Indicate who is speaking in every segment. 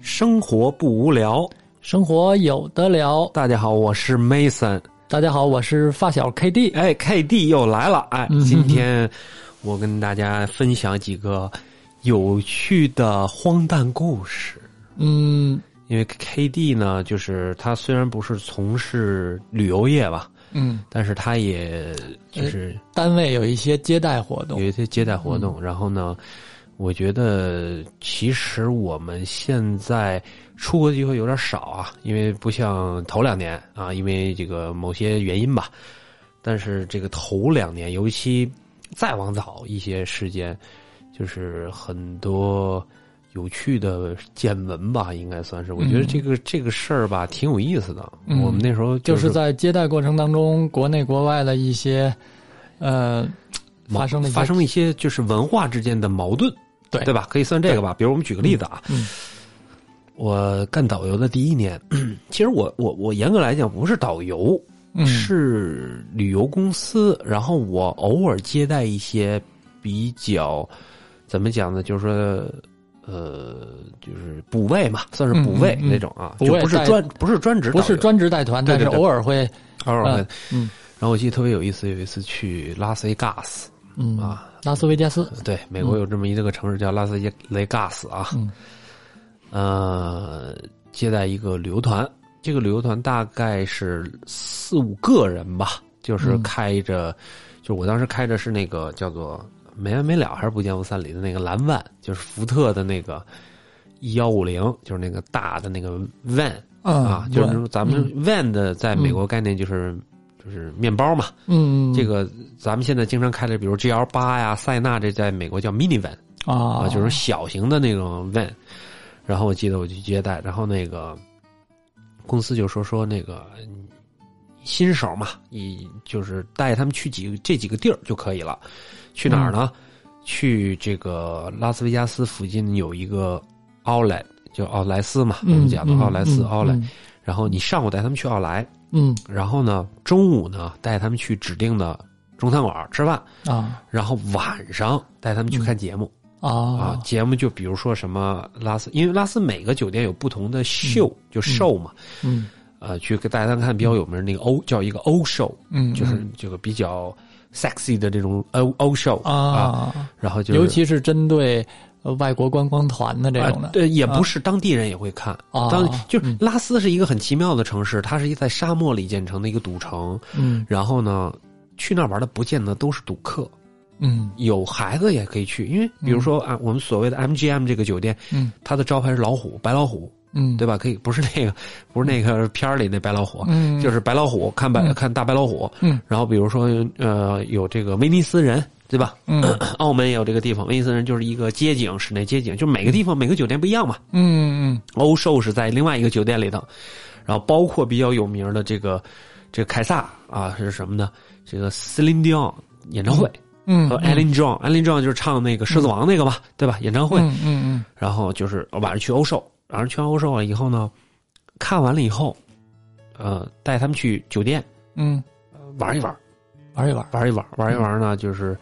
Speaker 1: 生活不无聊。
Speaker 2: 生活有得聊。
Speaker 1: 大家好，我是 Mason。
Speaker 2: 大家好，我是发小 KD。
Speaker 1: 哎，KD 又来了。哎
Speaker 2: 嗯，
Speaker 1: 今天我跟大家分享几个有趣的荒诞故事。
Speaker 2: 嗯
Speaker 1: 因为 KD 呢，就是他虽然不是从事旅游业吧，
Speaker 2: 嗯，
Speaker 1: 但是他也就是
Speaker 2: 单位有一些接待活
Speaker 1: 有
Speaker 2: 动。嗯
Speaker 1: 一些接待活动。然后呢，我觉得其实我们现在出国的机会有点少啊，因为不像头两年啊，因为这个某些原因吧。但是这个头两年，尤其再往早一些时间，就是很多有趣的见闻吧，应该算是。我觉得
Speaker 2: 嗯
Speaker 1: 这个、这个事儿吧，挺有意思的。
Speaker 2: 嗯
Speaker 1: 我们那时候
Speaker 2: 就是是在接待过程当中，国内国外的一些，呃，
Speaker 1: 矛
Speaker 2: 发生了一些
Speaker 1: 发生了一些就是文化之间的矛盾，
Speaker 2: 对
Speaker 1: 对吧？可以算这个吧。比如我们举个例子啊，
Speaker 2: 嗯
Speaker 1: 我干导游的第一年， 其实我我我严格来讲不是导游，
Speaker 2: 嗯
Speaker 1: 是旅游公司，然后我偶尔接待一些比较怎么讲呢，就是说。呃，就是补位嘛，算是补位
Speaker 2: 嗯嗯嗯
Speaker 1: 那种啊，
Speaker 2: 补
Speaker 1: 就
Speaker 2: 位
Speaker 1: 不是
Speaker 2: 带
Speaker 1: 专不是专职导
Speaker 2: 不
Speaker 1: 游，
Speaker 2: 是专职带团，
Speaker 1: 对
Speaker 2: 但是
Speaker 1: 对对
Speaker 2: 偶尔会
Speaker 1: 偶尔会
Speaker 2: 嗯。嗯
Speaker 1: 然后我记得特别有意思，有一次去拉斯维加斯，
Speaker 2: 嗯
Speaker 1: 啊
Speaker 2: 拉斯维加斯
Speaker 1: 对，美国有这么一个城市叫拉斯维加斯啊，
Speaker 2: 嗯
Speaker 1: 呃，接待一个旅游团，这个旅游团大概是四五个人吧，就是
Speaker 2: 嗯
Speaker 1: 开着，就是我当时开着是那个叫做没完没了还是不见不散里的那个蓝万，就是福特的那个幺五零，就是那个大的那个 van 啊，
Speaker 2: 嗯
Speaker 1: 就是
Speaker 2: 对
Speaker 1: 说咱们 van 的在美国概念就是。就是面包嘛，
Speaker 2: 嗯嗯
Speaker 1: 这个咱们现在经常开的，比如 GL 八呀、塞纳，这在美国叫 minivan，
Speaker 2: 啊
Speaker 1: 啊，就是小型的那种 van。然后我记得我去接待，然后那个公司就说说那个嗯新手嘛，以就是带他们去几这几个地儿就可以了。去哪儿呢？
Speaker 2: 嗯
Speaker 1: 去这个拉斯维加斯附近有一个奥莱，就奥莱斯嘛，我
Speaker 2: 嗯
Speaker 1: 们讲的奥莱斯、
Speaker 2: 嗯嗯
Speaker 1: 奥莱。
Speaker 2: 嗯
Speaker 1: 然后你上午带他们去奥莱，
Speaker 2: 嗯
Speaker 1: 然后呢中午呢带他们去指定的中餐馆吃饭，
Speaker 2: 啊
Speaker 1: 然后晚上带他们去看
Speaker 2: 嗯
Speaker 1: 节目。啊
Speaker 2: 啊，
Speaker 1: 节目就比如说什么拉斯，因为拉斯每个酒店有不同的秀，就 show 嘛，
Speaker 2: 嗯
Speaker 1: 呃，去给大家看比较有名儿那个欧叫一个欧 show，
Speaker 2: 嗯
Speaker 1: 就是这个比较 sexy 的这种欧欧 show 啊，
Speaker 2: 啊，
Speaker 1: 然后就是
Speaker 2: 尤其是针对呃外国观光团的这种
Speaker 1: 啊
Speaker 2: 的，
Speaker 1: 对，也不是当地人也会看。
Speaker 2: 啊
Speaker 1: 当就是
Speaker 2: 嗯
Speaker 1: 拉斯是一个很奇妙的城市，它是一在沙漠里建成的一个赌城，
Speaker 2: 嗯
Speaker 1: 然后呢，去那儿玩的不见得都是赌客。
Speaker 2: 嗯
Speaker 1: 有孩子也可以去，因为比如说啊，我们所谓的 MGM 这个酒店，
Speaker 2: 嗯
Speaker 1: 它的招牌是老虎，白老虎，
Speaker 2: 嗯，
Speaker 1: 对
Speaker 2: 吧？
Speaker 1: 吧？可以不是那个，不是那个片儿里那白老虎，啊
Speaker 2: 嗯，
Speaker 1: 就是白老虎，看白
Speaker 2: 嗯
Speaker 1: 看大白老虎。
Speaker 2: 嗯
Speaker 1: 然后比如说呃，有这个威尼斯人，对吧？
Speaker 2: 嗯
Speaker 1: 澳门也有这个地方，威尼斯人就是一个街景，室内街景，就每个地方每个酒店不一样嘛。
Speaker 2: 嗯嗯
Speaker 1: 欧寿是在另外一个酒店里头，然后包括比较有名的这个这个凯撒啊是什么呢？这个 Celine Dion 演唱会
Speaker 2: 嗯，
Speaker 1: 和 Elton John，Elton John 就是唱那个狮子王那个嘛，对吧？演唱会。
Speaker 2: 嗯嗯
Speaker 1: 然后就是晚上去欧寿，晚上去完欧寿了以后呢，看完了以后，呃，带他们去酒店
Speaker 2: 嗯
Speaker 1: 呃玩一玩，
Speaker 2: 嗯，玩一玩，
Speaker 1: 玩一玩，玩一玩呢，就是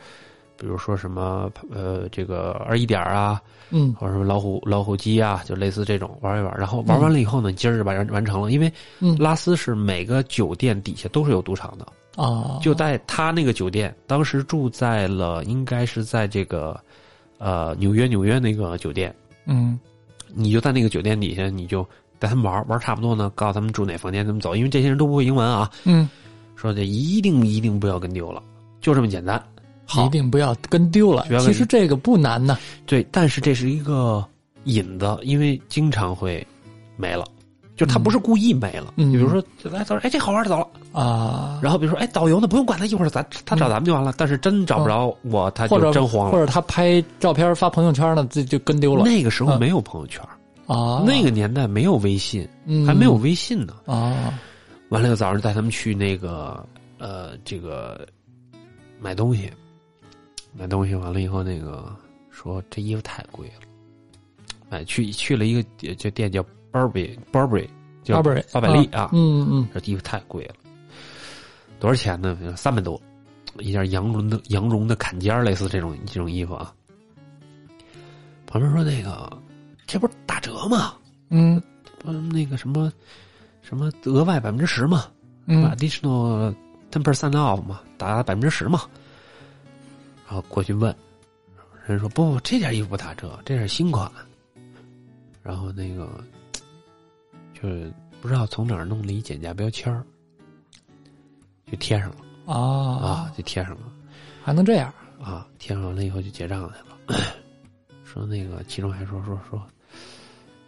Speaker 1: 比如说什么呃，这个二一点啊，
Speaker 2: 嗯
Speaker 1: 或者什么老虎老虎机啊，就类似这种玩一玩。然后玩完了以后呢，今儿就完完成了，因为
Speaker 2: 嗯
Speaker 1: 拉斯是每个酒店底下都是有赌场的，
Speaker 2: 啊，
Speaker 1: 就在他那个酒店，当时住在了应该是在这个呃纽约纽约那个酒店。
Speaker 2: 嗯
Speaker 1: 你就在那个酒店底下，你就带他们玩儿玩儿差不多呢，告诉他们住哪房间，怎么走，因为这些人都不会英文啊，
Speaker 2: 嗯，
Speaker 1: 说这一定一定不要跟丢了，就这么简单。
Speaker 2: 一
Speaker 1: 好，
Speaker 2: 定不要跟丢了。其实这个不难呐，
Speaker 1: 对，但是这是一个引子，因为经常会没了，就他不是故意没了。
Speaker 2: 嗯
Speaker 1: 你比如说，就来走，哎，这好玩儿走了。
Speaker 2: 啊，
Speaker 1: 然后比如说，哎，导游呢，不用管他，一会儿咱他找咱们就完了。但是真找不着我，他
Speaker 2: 嗯或
Speaker 1: 就
Speaker 2: 者
Speaker 1: 真慌
Speaker 2: 或
Speaker 1: 了。
Speaker 2: 者他拍照片发朋友圈呢，这就跟丢了嗯
Speaker 1: 那个时候没有朋友圈，
Speaker 2: 啊。嗯
Speaker 1: 那个年代没有微信，
Speaker 2: 个
Speaker 1: 还没有微信呢。
Speaker 2: 啊，
Speaker 1: 完了，早上带他们去那个呃，这个买东西，买东西完了以后，那个说这衣服太贵了，买去去了一个呃这店叫 Burberry Burberry，叫
Speaker 2: 巴贝
Speaker 1: 巴百利啊，
Speaker 2: 嗯嗯
Speaker 1: 这衣服太贵了，多少钱呢？三百多，一件羊绒的羊绒的坎肩儿类似这种这种衣服啊。旁边说那个这不是打折吗？
Speaker 2: 嗯
Speaker 1: 嗯，那个什么什么额外百分之十嘛、
Speaker 2: 嗯
Speaker 1: a d d i t i o n a l ten percent off 嘛，打百分之十嘛。然后过去问，人家说不，这件衣服不打折，这是新款。然后那个就是不知道从哪儿弄了一减价标签儿，就贴上了
Speaker 2: 啊
Speaker 1: 啊
Speaker 2: 啊，，
Speaker 1: 就贴上了。
Speaker 2: 还能这样？
Speaker 1: 啊，贴上完了以后就结账来了， 说那个其中还说说说，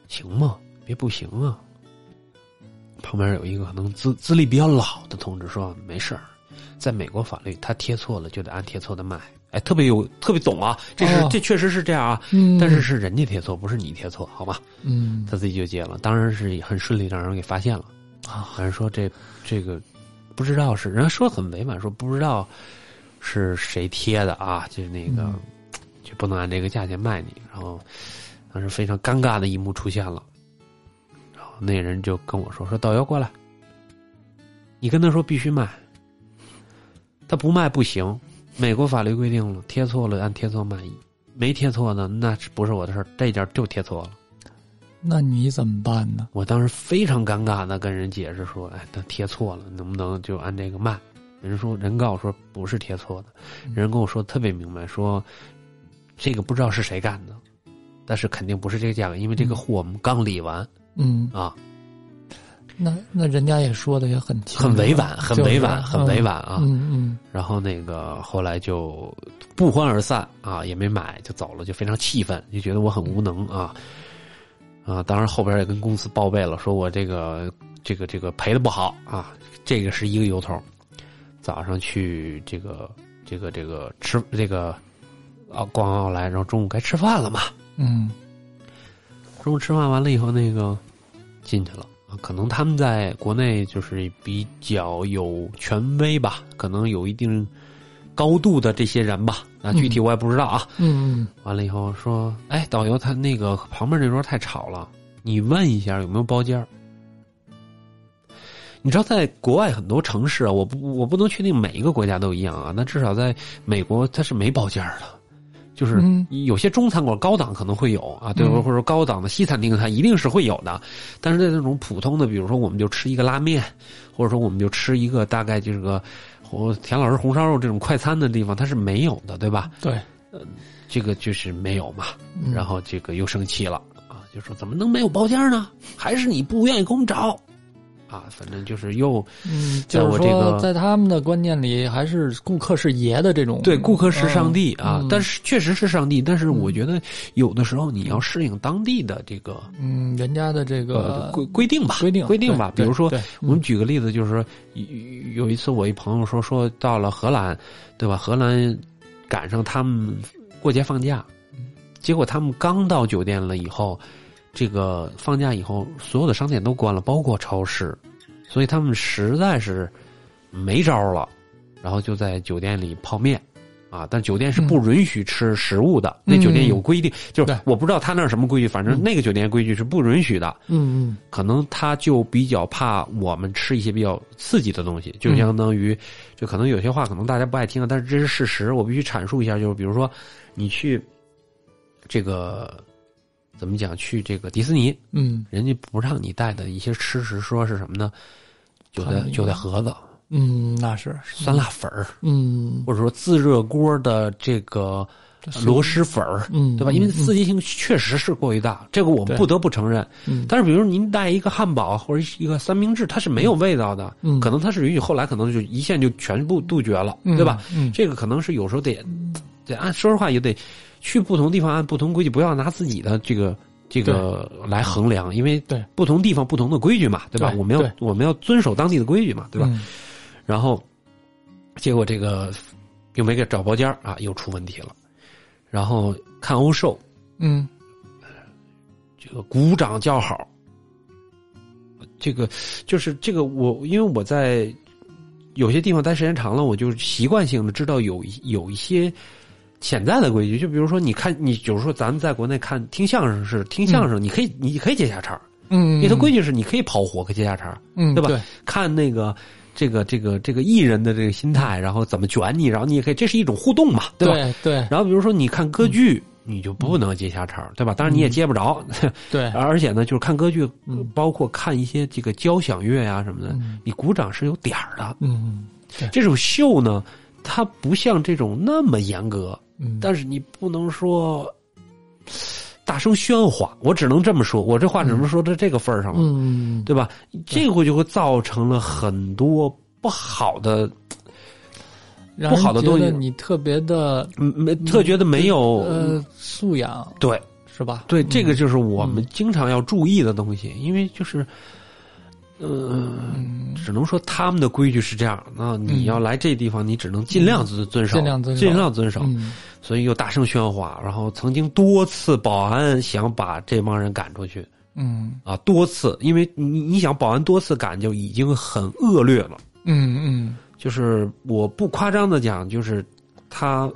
Speaker 1: 行吗？别不行啊。旁边有一个可能资资历比较老的同志说没事儿，在美国法律他贴错了就得按贴错的卖，哎，特别有特别懂啊，这是、
Speaker 2: 哦
Speaker 1: 这确实是这样啊，
Speaker 2: 嗯，
Speaker 1: 但是是人家贴错，不是你贴错，好吗？
Speaker 2: 嗯
Speaker 1: 他自己就接了，当然是很顺利让人给发现了。
Speaker 2: 啊
Speaker 1: 反正说这这个不知道是人家说得很委婉，说不知道是谁贴的啊，就是那个、
Speaker 2: 嗯
Speaker 1: 就不能按这个价钱卖你。然后当时非常尴尬的一幕出现了，然后那人就跟我说：“说导游过来，你跟他说必须卖，他不卖不行，美国法律规定了，贴错了按贴错卖。”没贴错呢，那是不是我的事儿？这件就贴错了。
Speaker 2: 那你怎么办呢？
Speaker 1: 我当时非常尴尬的跟人解释说：“哎，他贴错了，能不能就按这个卖？”人说人告诉我说不是贴错的，人跟我说得特别明白，说这个不知道是谁干的，但是肯定不是这个价格，因为这个货我们刚理完
Speaker 2: 嗯，
Speaker 1: 啊，
Speaker 2: 那那人家也说的也很清楚
Speaker 1: 很委婉，很委婉，
Speaker 2: 就是
Speaker 1: 很委婉啊。
Speaker 2: 嗯嗯
Speaker 1: 然后那个后来就不欢而散啊，也没买就走了，就非常气愤，就觉得我很无能啊啊！当然后边也跟公司报备了，说我这个这个这个赔的不好啊，这个是一个由头。早上去这个这个这个吃这个啊逛奥莱，然后中午该吃饭了嘛，
Speaker 2: 嗯
Speaker 1: 中午吃饭完了以后，那个进去了啊，可能他们在国内就是比较有权威吧，可能有一定高度的这些人吧，啊，具体我也不知道啊。
Speaker 2: 嗯嗯
Speaker 1: 完了以后说，哎，导游他那个旁边这桌太吵了，你问一下有没有包间儿。你知道，在国外很多城市啊，我不我不能确定每一个国家都一样啊，那至少在美国它是没包间儿的，就是
Speaker 2: 嗯
Speaker 1: 有些中餐馆高档可能会有啊，对吧，
Speaker 2: 嗯
Speaker 1: 或者说高档的西餐厅它一定是会有的，但是在那种普通的，比如说我们就吃一个拉面，或者说我们就吃一个大概就是个红田老师红烧肉这种快餐的地方，它是没有的，对吧？
Speaker 2: 嗯对，
Speaker 1: 这个就是没有嘛，
Speaker 2: 嗯
Speaker 1: 然后这个又生气了啊，就说怎么能没有包间呢？啊还是你不愿意给我们找啊？反正就是又
Speaker 2: 嗯，
Speaker 1: 在
Speaker 2: 就是
Speaker 1: 我这
Speaker 2: 说
Speaker 1: 个
Speaker 2: 在他们的观念里，还是顾客是爷的这种
Speaker 1: 对顾客是上帝啊，
Speaker 2: 嗯
Speaker 1: 但是确实是上帝，但是我觉得有的时候你要适应当地的这个
Speaker 2: 嗯，人家的这
Speaker 1: 呃
Speaker 2: 个
Speaker 1: 规规定吧，
Speaker 2: 规定
Speaker 1: 规定吧。比
Speaker 2: 对
Speaker 1: 如说，
Speaker 2: 对
Speaker 1: 我们举个例子，就是说有有一次我一朋友说说到了荷兰，对吧？荷兰赶上他们过节放假
Speaker 2: 嗯，
Speaker 1: 结果他们刚到酒店了以后，这个放假以后所有的商店都关了，包括超市，所以他们实在是没招儿了，然后就在酒店里泡面。啊，但酒店是不允许吃食物的，那酒店有规定，就是
Speaker 2: 嗯对
Speaker 1: 我不知道他那儿什么规矩，反正
Speaker 2: 嗯
Speaker 1: 那个酒店规矩是不允许的。
Speaker 2: 嗯嗯
Speaker 1: 可能他就比较怕我们吃一些比较刺激的东西，
Speaker 2: 嗯
Speaker 1: 就相当于，就可能有些话可能大家不爱听啊，但是这是事实，我必须阐述一下。就是比如说，你去这个怎么讲，去这个迪士尼，
Speaker 2: 嗯
Speaker 1: 人家不让你带的一些吃食，说是什么呢？韭
Speaker 2: 哎
Speaker 1: 菜
Speaker 2: 呀
Speaker 1: 韭菜盒子、
Speaker 2: 嗯，那是
Speaker 1: 酸辣粉儿，
Speaker 2: 嗯
Speaker 1: 或者说自热锅的这个螺蛳粉儿，
Speaker 2: 嗯
Speaker 1: 对吧？因为刺激性确实是过于大，这个我们
Speaker 2: 对
Speaker 1: 不得不承认。
Speaker 2: 嗯
Speaker 1: 但是，比如您带一个汉堡或者一个三明治，它是没有味道的，
Speaker 2: 嗯
Speaker 1: 可能它是允许后来可能就一线就全部杜绝了，对吧？？
Speaker 2: 嗯
Speaker 1: 这个可能是有时候得得按，说实话也得去不同地方按不同规矩，不要拿自己的这个这个来衡量，因为
Speaker 2: 对
Speaker 1: 不同地方不同的规矩嘛，对吧？
Speaker 2: 对
Speaker 1: 我们要
Speaker 2: 对
Speaker 1: 我们要遵守当地的规矩嘛，对吧？
Speaker 2: 嗯
Speaker 1: 然后结果这个又没给找包间儿啊，又出问题了。然后看欧售，
Speaker 2: 嗯
Speaker 1: 这个呃鼓掌叫好。这个就是这个我，因为我在有些地方待时间长了，我就习惯性的知道有一有一些潜在的规矩，就比如说你看，你比如说咱们在国内看听相声是听相声，你可以你可以接下茬儿，
Speaker 2: 嗯，
Speaker 1: 因为它规
Speaker 2: 矩
Speaker 1: 矩是你可以跑火和接下茬儿，
Speaker 2: 嗯
Speaker 1: 对吧？看那个。这个这个这个艺人的这个心态，然后怎么卷你，然后你也可以，这是一种互动嘛，吧？
Speaker 2: 对对，嗯
Speaker 1: 然后比如说你看歌剧，你就不能接瞎茬儿，对吧？当然你也接不着，
Speaker 2: 对，
Speaker 1: 而且呢，就是看歌剧，
Speaker 2: 嗯
Speaker 1: 包括看一些这个交响乐呀、什么的，
Speaker 2: 嗯
Speaker 1: 你鼓掌是有点儿的。
Speaker 2: 嗯
Speaker 1: 这种秀呢，它不像这种那么严格，
Speaker 2: 嗯，
Speaker 1: 但是你不能说大声喧哗，我只能这么说，我这话只能说到这个份儿上了，
Speaker 2: 嗯，
Speaker 1: 对吧？这个就会造成了很多不好的，
Speaker 2: 让人
Speaker 1: 不好的
Speaker 2: 觉
Speaker 1: 东西
Speaker 2: 得你特别的
Speaker 1: 嗯没特觉得没有，
Speaker 2: 呃素养
Speaker 1: 嗯对
Speaker 2: 是吧？
Speaker 1: 对，
Speaker 2: 嗯
Speaker 1: 这个就是我们经常要注意的东西，因为就是，嗯。
Speaker 2: 嗯
Speaker 1: 只能说他们的规矩是这样，那你要来这地方，你只能尽量遵遵守，
Speaker 2: 嗯尽量遵守
Speaker 1: 尽量遵守。
Speaker 2: 嗯
Speaker 1: 所以又大声喧哗，然后曾经多次保安想把这帮人赶出去
Speaker 2: 嗯
Speaker 1: 啊，多次，因为你你你想保安多次赶就已经很恶劣了，
Speaker 2: 嗯嗯
Speaker 1: 就是我不夸张的讲，就是他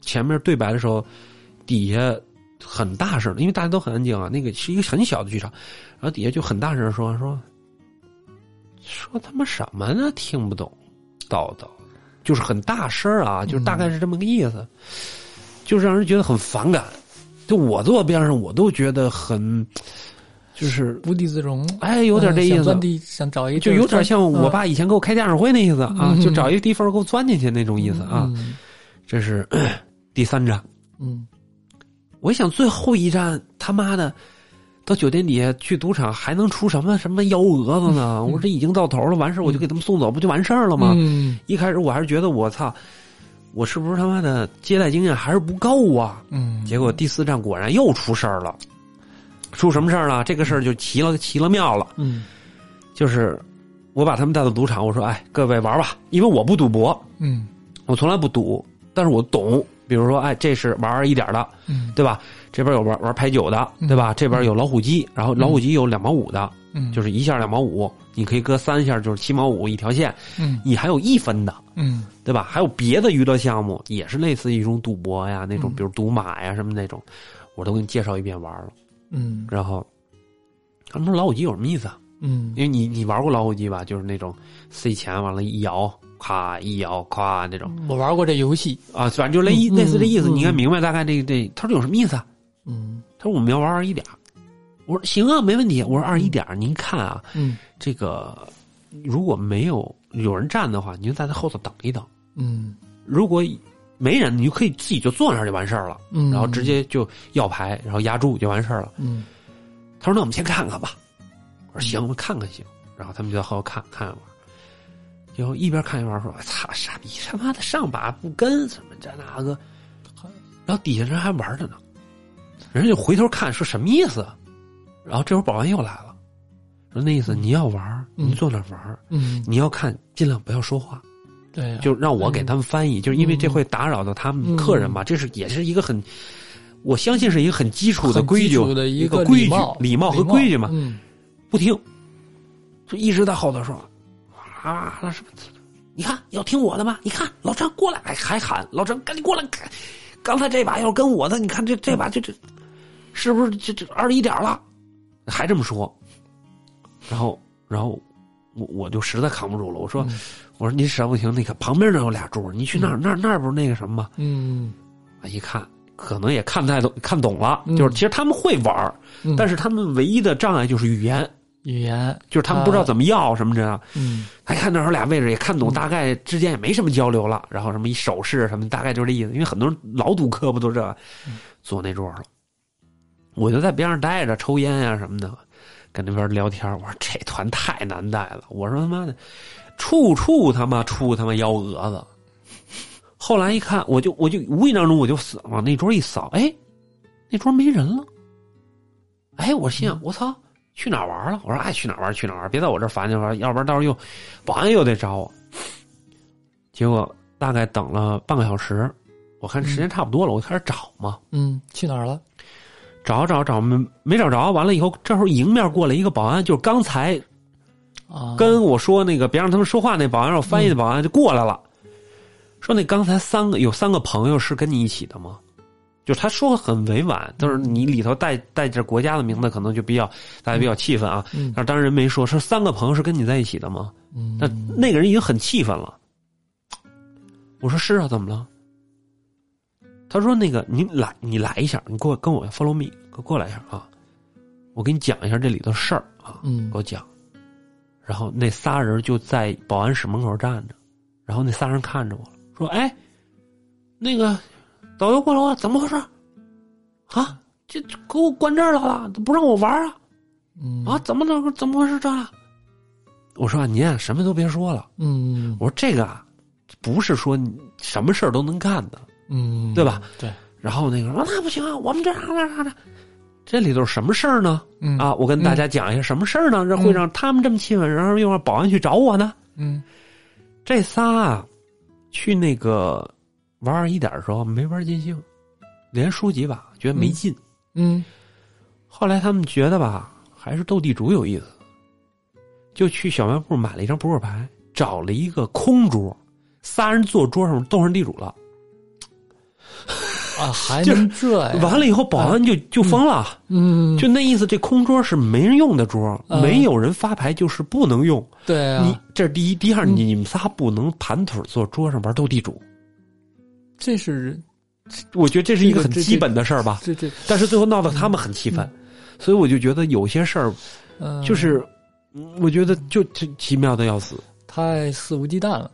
Speaker 1: 前面对白的时候，底下很大声，因为大家都很安静啊，那个是一个很小的剧场，然后底下就很大声说说说他妈什么呢？听不懂，叨叨，就是很大声啊，就是大概是这么个意思，就是让人觉得很反感。就我坐边上，我都觉得很，就是
Speaker 2: 无地自容，
Speaker 1: 哎，有点这
Speaker 2: 嗯
Speaker 1: 意
Speaker 2: 想
Speaker 1: 思
Speaker 2: 钻。地想找一个
Speaker 1: 就有点像我爸以前给我开家长会那意思啊，
Speaker 2: 嗯
Speaker 1: 就找一个地缝儿给我钻进去那种意思啊。，
Speaker 2: 嗯
Speaker 1: 这是 咳第三站，
Speaker 2: 嗯
Speaker 1: 我一想最后一站他妈的，到酒店底下去赌场还能出什么什么幺蛾子呢？
Speaker 2: 嗯
Speaker 1: 我这已经到头了，完事儿我就给他们送走，不就完事儿了吗？
Speaker 2: 嗯
Speaker 1: 一开始我还是觉得我操，我是不是他妈的接待经验还是不够啊？
Speaker 2: 嗯，
Speaker 1: 结果第四站果然又出事儿了，出什么事儿了？这个事儿就奇了奇了妙了。
Speaker 2: 嗯
Speaker 1: 就是我把他们带到赌场，我说：“哎，各位玩吧，因为我不赌博，
Speaker 2: 嗯
Speaker 1: 我从来不赌，但是我懂。比如说，哎，这是玩一点的，
Speaker 2: 嗯
Speaker 1: 对吧？这边有玩玩牌九的，对吧？这边有老虎机，然后老虎机有两毛五的，
Speaker 2: 嗯，
Speaker 1: 就是一下两毛五，你可以搁三下，就是七毛五一条线。
Speaker 2: 嗯
Speaker 1: 你还有一分的，
Speaker 2: 嗯
Speaker 1: 对吧？还有别的娱乐项目，也是类似于一种赌博呀，那种
Speaker 2: 嗯
Speaker 1: 比如赌马呀什么那种，我都给你介绍一遍玩了。
Speaker 2: 嗯
Speaker 1: 然后他们说老虎机有什么意思啊？
Speaker 2: 嗯
Speaker 1: 因为你你玩过老虎机吧？就是那种塞钱完了，一摇，咔一摇，咔那种
Speaker 2: 我玩过这游戏，
Speaker 1: 啊，反正就类
Speaker 2: 嗯
Speaker 1: 类似这意思。
Speaker 2: 嗯
Speaker 1: 你应该明白大概这这。他说有什么意思啊？
Speaker 2: 嗯
Speaker 1: 他说我们要玩二一点儿。我说行啊，没问题。我说二一点儿，您看啊，
Speaker 2: 嗯
Speaker 1: 这个如果没有有人站的话，你就在他后头等一等。
Speaker 2: 嗯
Speaker 1: 如果没人，你就可以自己就坐那儿就完事儿了，
Speaker 2: 嗯，
Speaker 1: 然后直接就要牌，然后压住就完事儿了。
Speaker 2: 嗯
Speaker 1: 他说：“那我们先看看吧。”我说：“行，我们看看行。”然后他们就在后头看看一会儿，结果一边看一边说：“操，傻逼，他妈的上把不跟什么这那个。”然后底下人还玩着呢，人家就回头看说什么意思？然后这会儿保安又来了，说那意思你要玩，
Speaker 2: 嗯
Speaker 1: 你坐那儿玩；
Speaker 2: 嗯，
Speaker 1: 你要看，尽量不要说话，
Speaker 2: 对啊，
Speaker 1: 就让我给他们翻译，就是因为
Speaker 2: 嗯
Speaker 1: 这会打扰到他们客人嘛。这是也是一个很，我相信是一个很基础的
Speaker 2: 很
Speaker 1: 规
Speaker 2: 基
Speaker 1: 矩
Speaker 2: 础的
Speaker 1: 一
Speaker 2: 个
Speaker 1: 规
Speaker 2: 礼
Speaker 1: 矩、礼貌和规矩嘛。
Speaker 2: 嗯
Speaker 1: 不听，就一直在后头说啊，那什么，你看要听我的吗？你看老张过来，哎还喊老张赶紧过来，赶刚才这把要是跟我的，你看这这把就这，是不是这这二十一点了？还这么说，然后然后我我就实在扛不住了，我说、
Speaker 2: 嗯
Speaker 1: 我说您实在不行，那个旁边那有俩桌，你去那儿、那儿那儿不是那个什么吗？
Speaker 2: 嗯，
Speaker 1: 啊一看。可能也看太懂看懂了，
Speaker 2: 嗯
Speaker 1: 就是其实他们会玩儿，
Speaker 2: 嗯
Speaker 1: 但是他们唯一的障碍就是语言，
Speaker 2: 语言
Speaker 1: 就是他们不知道怎么要什么这样。
Speaker 2: 嗯
Speaker 1: 哎，看那时候俩位置也看懂，
Speaker 2: 嗯
Speaker 1: 大概之间也没什么交流了，然后什么一手势什么，大概就是这意思。因为很多人老赌客不都这
Speaker 2: 嗯
Speaker 1: 坐那桌了，我就在边上待着抽烟呀、什么的，跟那边聊天。我说这团太难带了，我说他妈的，处处他妈出他妈幺蛾子。后来一看，我就我就无意当中我就扫往那桌一扫，哎，那桌没人了。哎，我心想，我操，去哪儿玩了？我说，哎，去哪儿玩？去哪儿玩？别在我这儿烦着玩，要不然到时候又保安又得找我。结果大概等了半个小时，我看时间差不多了，我开始找嘛，
Speaker 2: 嗯，去哪儿了？
Speaker 1: 找找找没没找着，完了以后，这时候迎面过来一个保安，就是刚才
Speaker 2: 啊，
Speaker 1: 跟我说那个别让他们说话那保安，让我翻译的保安就过来了，说那刚才三个有三个朋友是跟你一起的吗？就是他说得很委婉，就是你里头带带着国家的名字，可能就比较大家比较气愤啊。
Speaker 2: 嗯
Speaker 1: 但是当然人没说，说三个朋友是跟你在一起的吗？
Speaker 2: 嗯
Speaker 1: 那那个人已经很气愤了。我说是啊，怎么了？他说那个你来你来一下，你过跟我 follow me，给我过来一下啊，我给你讲一下这里头事儿啊，
Speaker 2: 嗯
Speaker 1: 给我讲。然后那仨人就在保安室门口站着，然后那仨人看着我了，说：“哎，那个导游过来了，怎么回事？啊，这这给我关这儿来了，不让我玩啊！
Speaker 2: 嗯
Speaker 1: 啊，怎么能怎么回事这儿？”啊我说：“啊，您啊，什么都别说了。
Speaker 2: 嗯
Speaker 1: 我说这个啊，不是说你什么事儿都能干的。
Speaker 2: 嗯，
Speaker 1: 对吧？
Speaker 2: 对，
Speaker 1: 然后那个说、啊那不行啊，我们这样那样的，这里头什么事儿呢？
Speaker 2: 嗯
Speaker 1: 啊，我跟大家讲一下什么事儿呢？这会让他们这么气愤，然后又让保安去找我呢？
Speaker 2: 嗯
Speaker 1: 这仨啊，去那个玩二一点的时候没玩尽兴，连输几把觉得没劲。
Speaker 2: 嗯
Speaker 1: 后来他们觉得吧，还是斗地主有意思，就去小卖部买了一张扑克牌，找了一个空桌，仨人坐桌上斗上地主了。
Speaker 2: 啊，还
Speaker 1: 就是
Speaker 2: 能这样？
Speaker 1: 完了以后，保安就就疯了。
Speaker 2: 嗯，
Speaker 1: 就那意思，这空桌是没人用的桌，
Speaker 2: 嗯
Speaker 1: 没有人发牌就是不能用。
Speaker 2: 对啊，
Speaker 1: 你这是第一，第二，
Speaker 2: 嗯
Speaker 1: 你你们仨不能盘腿坐桌上玩斗地主。
Speaker 2: 这是
Speaker 1: 我觉得这是一个
Speaker 2: 这个
Speaker 1: 很
Speaker 2: 这
Speaker 1: 基本的事儿吧，
Speaker 2: 这这
Speaker 1: 但是最后闹得他们很气愤，所以我就觉得有些事儿
Speaker 2: 嗯，
Speaker 1: 就是，嗯我觉得就奇奇妙的要死。
Speaker 2: 太肆无忌惮了。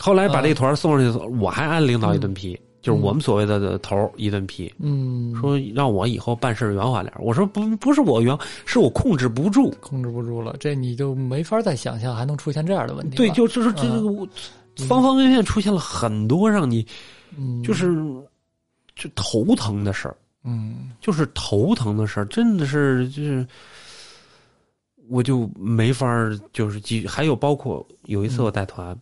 Speaker 1: 后来把
Speaker 2: 嗯
Speaker 1: 这团送上去，我还按领导一顿批，就是我们所谓的头儿一顿批，
Speaker 2: 嗯，
Speaker 1: 说让我以后办事圆滑点儿。我说不，不是我圆，是我控制不住。
Speaker 2: 控制不住了，这你就没法再想象还能出现这样的问题了。
Speaker 1: 对，就是说这
Speaker 2: 嗯
Speaker 1: 个我方方面面出现了很多让你
Speaker 2: 嗯
Speaker 1: 就是就头疼的事儿，
Speaker 2: 嗯
Speaker 1: 就是头疼的事儿，真的是就是我就没法儿就是继续。还有包括有一次我带团，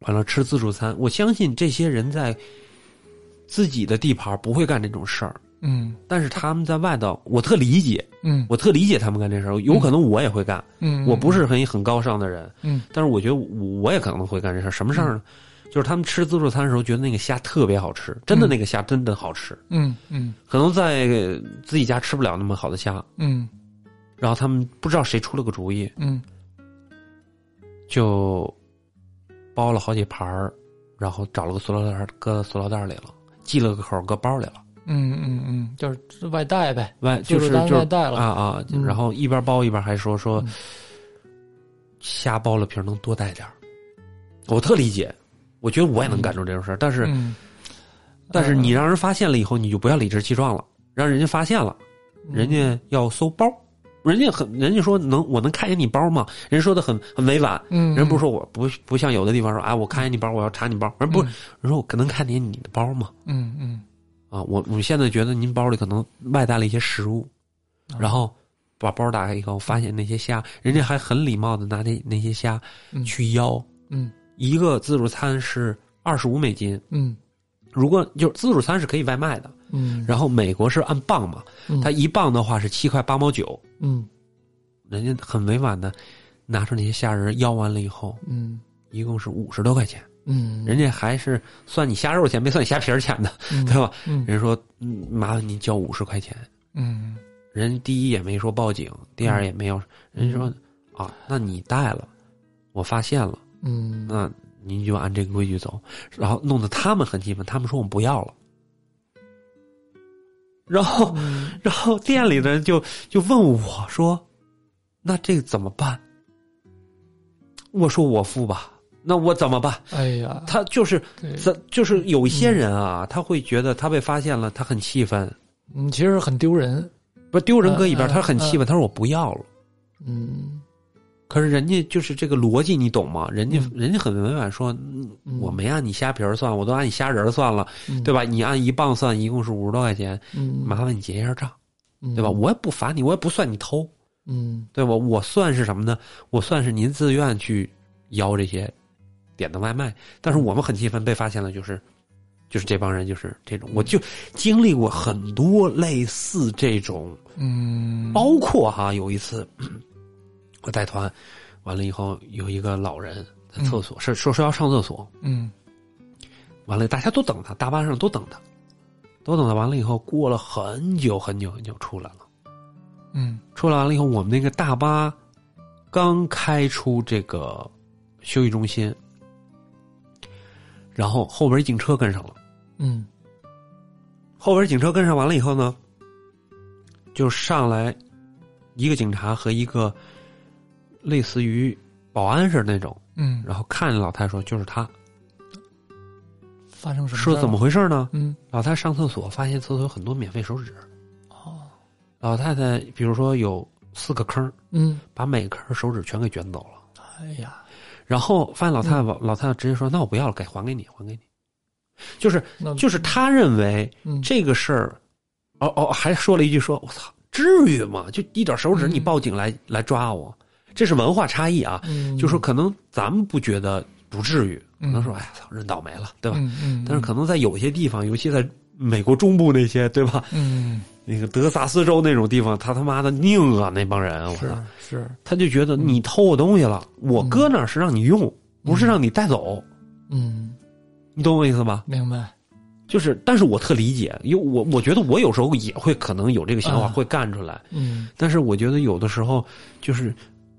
Speaker 1: 完了吃自助餐，我相信这些人在自己的地盘不会干这种事儿。
Speaker 2: 嗯
Speaker 1: 但是他们在外头，我特理解，
Speaker 2: 嗯
Speaker 1: 我特理解他们干这事儿。有可能我也会干，
Speaker 2: 嗯，
Speaker 1: 我不是很很高尚的人，
Speaker 2: 嗯
Speaker 1: 但是我觉得我也可能会干这事儿。什么事儿呢？就是他们吃自助餐的时候，觉得那个虾特别好吃，真的
Speaker 2: 嗯
Speaker 1: 那个虾真的好吃。
Speaker 2: 嗯嗯
Speaker 1: 可能在呃自己家吃不了那么好的虾，
Speaker 2: 嗯
Speaker 1: 然后他们不知道谁出了个主意，
Speaker 2: 嗯
Speaker 1: 就包了好几盘儿，然后找了个塑料袋儿搁塑料袋儿里了，系了个口儿搁包里了，
Speaker 2: 嗯嗯嗯，就是外带呗。
Speaker 1: 外就是
Speaker 2: 自助餐
Speaker 1: 就是
Speaker 2: 外带了
Speaker 1: 啊啊，
Speaker 2: 嗯
Speaker 1: 然后一边包一边还说说
Speaker 2: 嗯
Speaker 1: 虾包了皮儿能多带点儿，我特理解。我觉得我也能干出这种事儿，但是
Speaker 2: 嗯，
Speaker 1: 但是你让人发现了以后，你就不要理直气壮了，让人家发现了，
Speaker 2: 嗯
Speaker 1: 人家要搜包，人家很，人家说能，我能看见你包吗？人说的很很委婉，
Speaker 2: 嗯
Speaker 1: 人不是说我不不像有的地方说啊，我看见你包，我要查你包，人不，
Speaker 2: 嗯
Speaker 1: 人说我可能看见你的包吗？
Speaker 2: 嗯嗯，
Speaker 1: 啊，我我现在觉得您包里可能外带了一些食物，
Speaker 2: 啊
Speaker 1: 然后把包打开以后，发现那些虾，人家还很礼貌的拿那那些虾
Speaker 2: 嗯
Speaker 1: 去要，
Speaker 2: 嗯
Speaker 1: 一个自助餐是二十五美金，
Speaker 2: 嗯
Speaker 1: 如果就是自助餐是可以外卖的。
Speaker 2: 嗯，
Speaker 1: 然后美国是按磅嘛，
Speaker 2: 嗯
Speaker 1: 它一磅的话是七块八毛九，
Speaker 2: 嗯
Speaker 1: 人家很委婉的拿出那些虾仁要完了以后，
Speaker 2: 嗯
Speaker 1: 一共是五十多块钱，
Speaker 2: 嗯，
Speaker 1: 人家还是算你虾肉钱，没算你虾皮儿钱的，
Speaker 2: 嗯
Speaker 1: 对吧？
Speaker 2: 嗯
Speaker 1: 人家说，嗯，麻烦您交五十块钱。
Speaker 2: 嗯
Speaker 1: 人家第一也没说报警，第二也没有，人家说啊，那你带了，我发现了，
Speaker 2: 嗯
Speaker 1: 那您就按这个规矩走，然后弄得他们很气愤，他们说我们不要了，然后
Speaker 2: 嗯
Speaker 1: 然后店里的人就就问我说：“那这怎么办？”我说：“我付吧。”那我怎么办？
Speaker 2: 哎呀，
Speaker 1: 他就是
Speaker 2: 对
Speaker 1: 咱就是有一些人啊，他会觉得他被发现了，他很气愤，
Speaker 2: 嗯，其实很丢人。
Speaker 1: 不丢人搁一边，
Speaker 2: 嗯嗯
Speaker 1: 他很气愤，他说我不要了。
Speaker 2: 嗯
Speaker 1: 可是人家就是这个逻辑，你懂吗？人家
Speaker 2: 嗯
Speaker 1: 人家很委婉说，嗯
Speaker 2: 嗯
Speaker 1: 我没按你虾皮儿算，我都按你虾仁儿算了，
Speaker 2: 嗯，
Speaker 1: 对吧？你按一磅算，一共是五十多块钱，
Speaker 2: 嗯，
Speaker 1: 麻烦你结一下账，
Speaker 2: 嗯
Speaker 1: 对吧？？我也不罚你，我也不算你偷，
Speaker 2: 嗯
Speaker 1: 对吧？我算是什么呢？我算是您自愿去邀这些点的外卖，但是
Speaker 2: 嗯
Speaker 1: 我们很气愤，被发现了，就是就是这帮人就是这种，我就经历过很多类似这种，
Speaker 2: 嗯，
Speaker 1: 包括哈有一次 我带团完了以后，有一个老人在厕所，是说说要上厕所，
Speaker 2: 嗯
Speaker 1: 完了大家都等他，大巴上都等他，都等他，完了以后过了很久很久很久出来了。
Speaker 2: 嗯
Speaker 1: 出来完了以后，我们那个大巴刚开出这个休息中心，然后后边一警车跟上了，
Speaker 2: 嗯
Speaker 1: 后边警车跟上完了以后呢，就上来一个警察和一个类似于保安似的那种，
Speaker 2: 嗯，
Speaker 1: 然后看着老太说：“就是他。
Speaker 2: 发生”什么事儿啊
Speaker 1: 说
Speaker 2: 了？
Speaker 1: 怎么回事呢？
Speaker 2: 嗯，
Speaker 1: 老太上厕所发现厕所有很多免费手指，
Speaker 2: 哦，
Speaker 1: 老太太比如说有四个坑，
Speaker 2: 嗯，
Speaker 1: 把每个坑手指全给卷走了。
Speaker 2: 哎呀，
Speaker 1: 然后发现老太
Speaker 2: 嗯
Speaker 1: 太，老太太直接说：“那我不要了，给还给你，还给你。”就是
Speaker 2: 那
Speaker 1: 就是他认为
Speaker 2: 嗯
Speaker 1: 这个事儿，哦哦，还说了一句说：“我操，至于吗？就一点手指，
Speaker 2: 嗯
Speaker 1: 你报警来、来抓我，这是文化差异啊。
Speaker 2: 嗯，
Speaker 1: 就说可能咱们不觉得不至于，可
Speaker 2: 嗯
Speaker 1: 能说哎呀操，认倒霉了，对吧？
Speaker 2: 嗯嗯，
Speaker 1: 但是可能在有些地方，尤其在美国中部那些，对吧？
Speaker 2: 嗯
Speaker 1: 那个德克萨斯州那种地方，他他妈的拧啊那帮人，我操！
Speaker 2: 是嗯是
Speaker 1: 他就觉得你偷我东西了，我搁那儿是让你用，不是让你带走，
Speaker 2: 嗯，
Speaker 1: 你懂我意思吗？
Speaker 2: 明白
Speaker 1: 就是，但是我特理解，因为我我觉得我有时候也会可能有这个想法，
Speaker 2: 嗯
Speaker 1: 会干出来，
Speaker 2: 嗯，
Speaker 1: 但是我觉得有的时候就是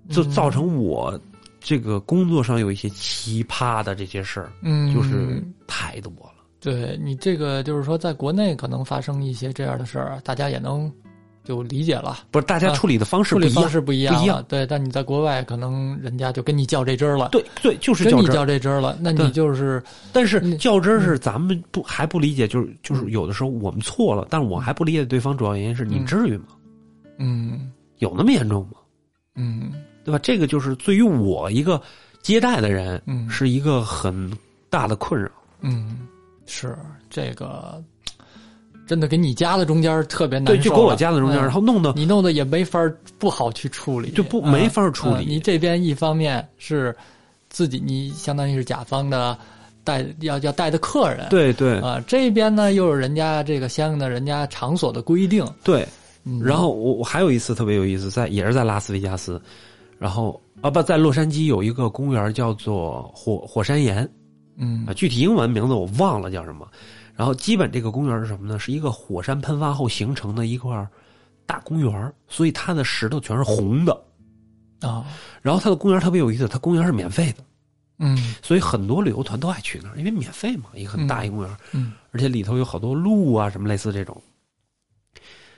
Speaker 1: 就造成我这个工作上有一些奇葩的这些事儿，
Speaker 2: 嗯
Speaker 1: 就是太多了。
Speaker 2: 对你这个就是说，在国内可能发生一些这样的事儿，啊大家也能就理解了。
Speaker 1: 不是大家处理的方式
Speaker 2: 处
Speaker 1: 不
Speaker 2: 理
Speaker 1: 一样，
Speaker 2: 方式不一样了，
Speaker 1: 不一样
Speaker 2: 对，但你在国外可能人家就跟你较这真儿了，
Speaker 1: 对对，就是
Speaker 2: 跟
Speaker 1: 较
Speaker 2: 你
Speaker 1: 真儿。
Speaker 2: 较这真儿了，那
Speaker 1: 对
Speaker 2: 你就是
Speaker 1: 但是
Speaker 2: 嗯
Speaker 1: 较真儿是咱们不还不理解，就是就是有的时候我们错了，但是我还不理解对方主要原因是你
Speaker 2: 嗯
Speaker 1: 至于吗？
Speaker 2: 嗯
Speaker 1: 有那么严重吗？
Speaker 2: 嗯
Speaker 1: 对吧？这个就是对于我一个接待的人，
Speaker 2: 嗯
Speaker 1: 是一个很大的困扰。
Speaker 2: 嗯，是这个真的给你夹在中间儿特别难
Speaker 1: 对，
Speaker 2: 受，
Speaker 1: 就给我夹在中间，
Speaker 2: 嗯
Speaker 1: 然后弄得
Speaker 2: 你弄得也没法儿不好去处理，
Speaker 1: 就不
Speaker 2: 嗯
Speaker 1: 没法处
Speaker 2: 嗯你
Speaker 1: 理。
Speaker 2: 这边一方面是自己，你相当于是甲方的带要要带的客人，
Speaker 1: 对对
Speaker 2: 啊、这边呢又有人家这个相应的人家场所的规定，
Speaker 1: 对。
Speaker 2: 嗯、
Speaker 1: 然后我我还有一次特别有意思，在也是在拉斯维加斯，然后啊不在洛杉矶有一个公园叫做火火山岩
Speaker 2: 嗯
Speaker 1: 啊，具体英文名字我忘了叫什么。然后基本这个公园是什么呢？是一个火山喷发后形成的一块大公园，所以它的石头全是红的。
Speaker 2: 啊
Speaker 1: 然后它的公园特别有意思，它公园是免费的。
Speaker 2: 嗯
Speaker 1: 所以很多旅游团都爱去那儿，因为免费嘛，一个很大一公园，
Speaker 2: 嗯
Speaker 1: 而且里头有好多路啊，什么类似这种。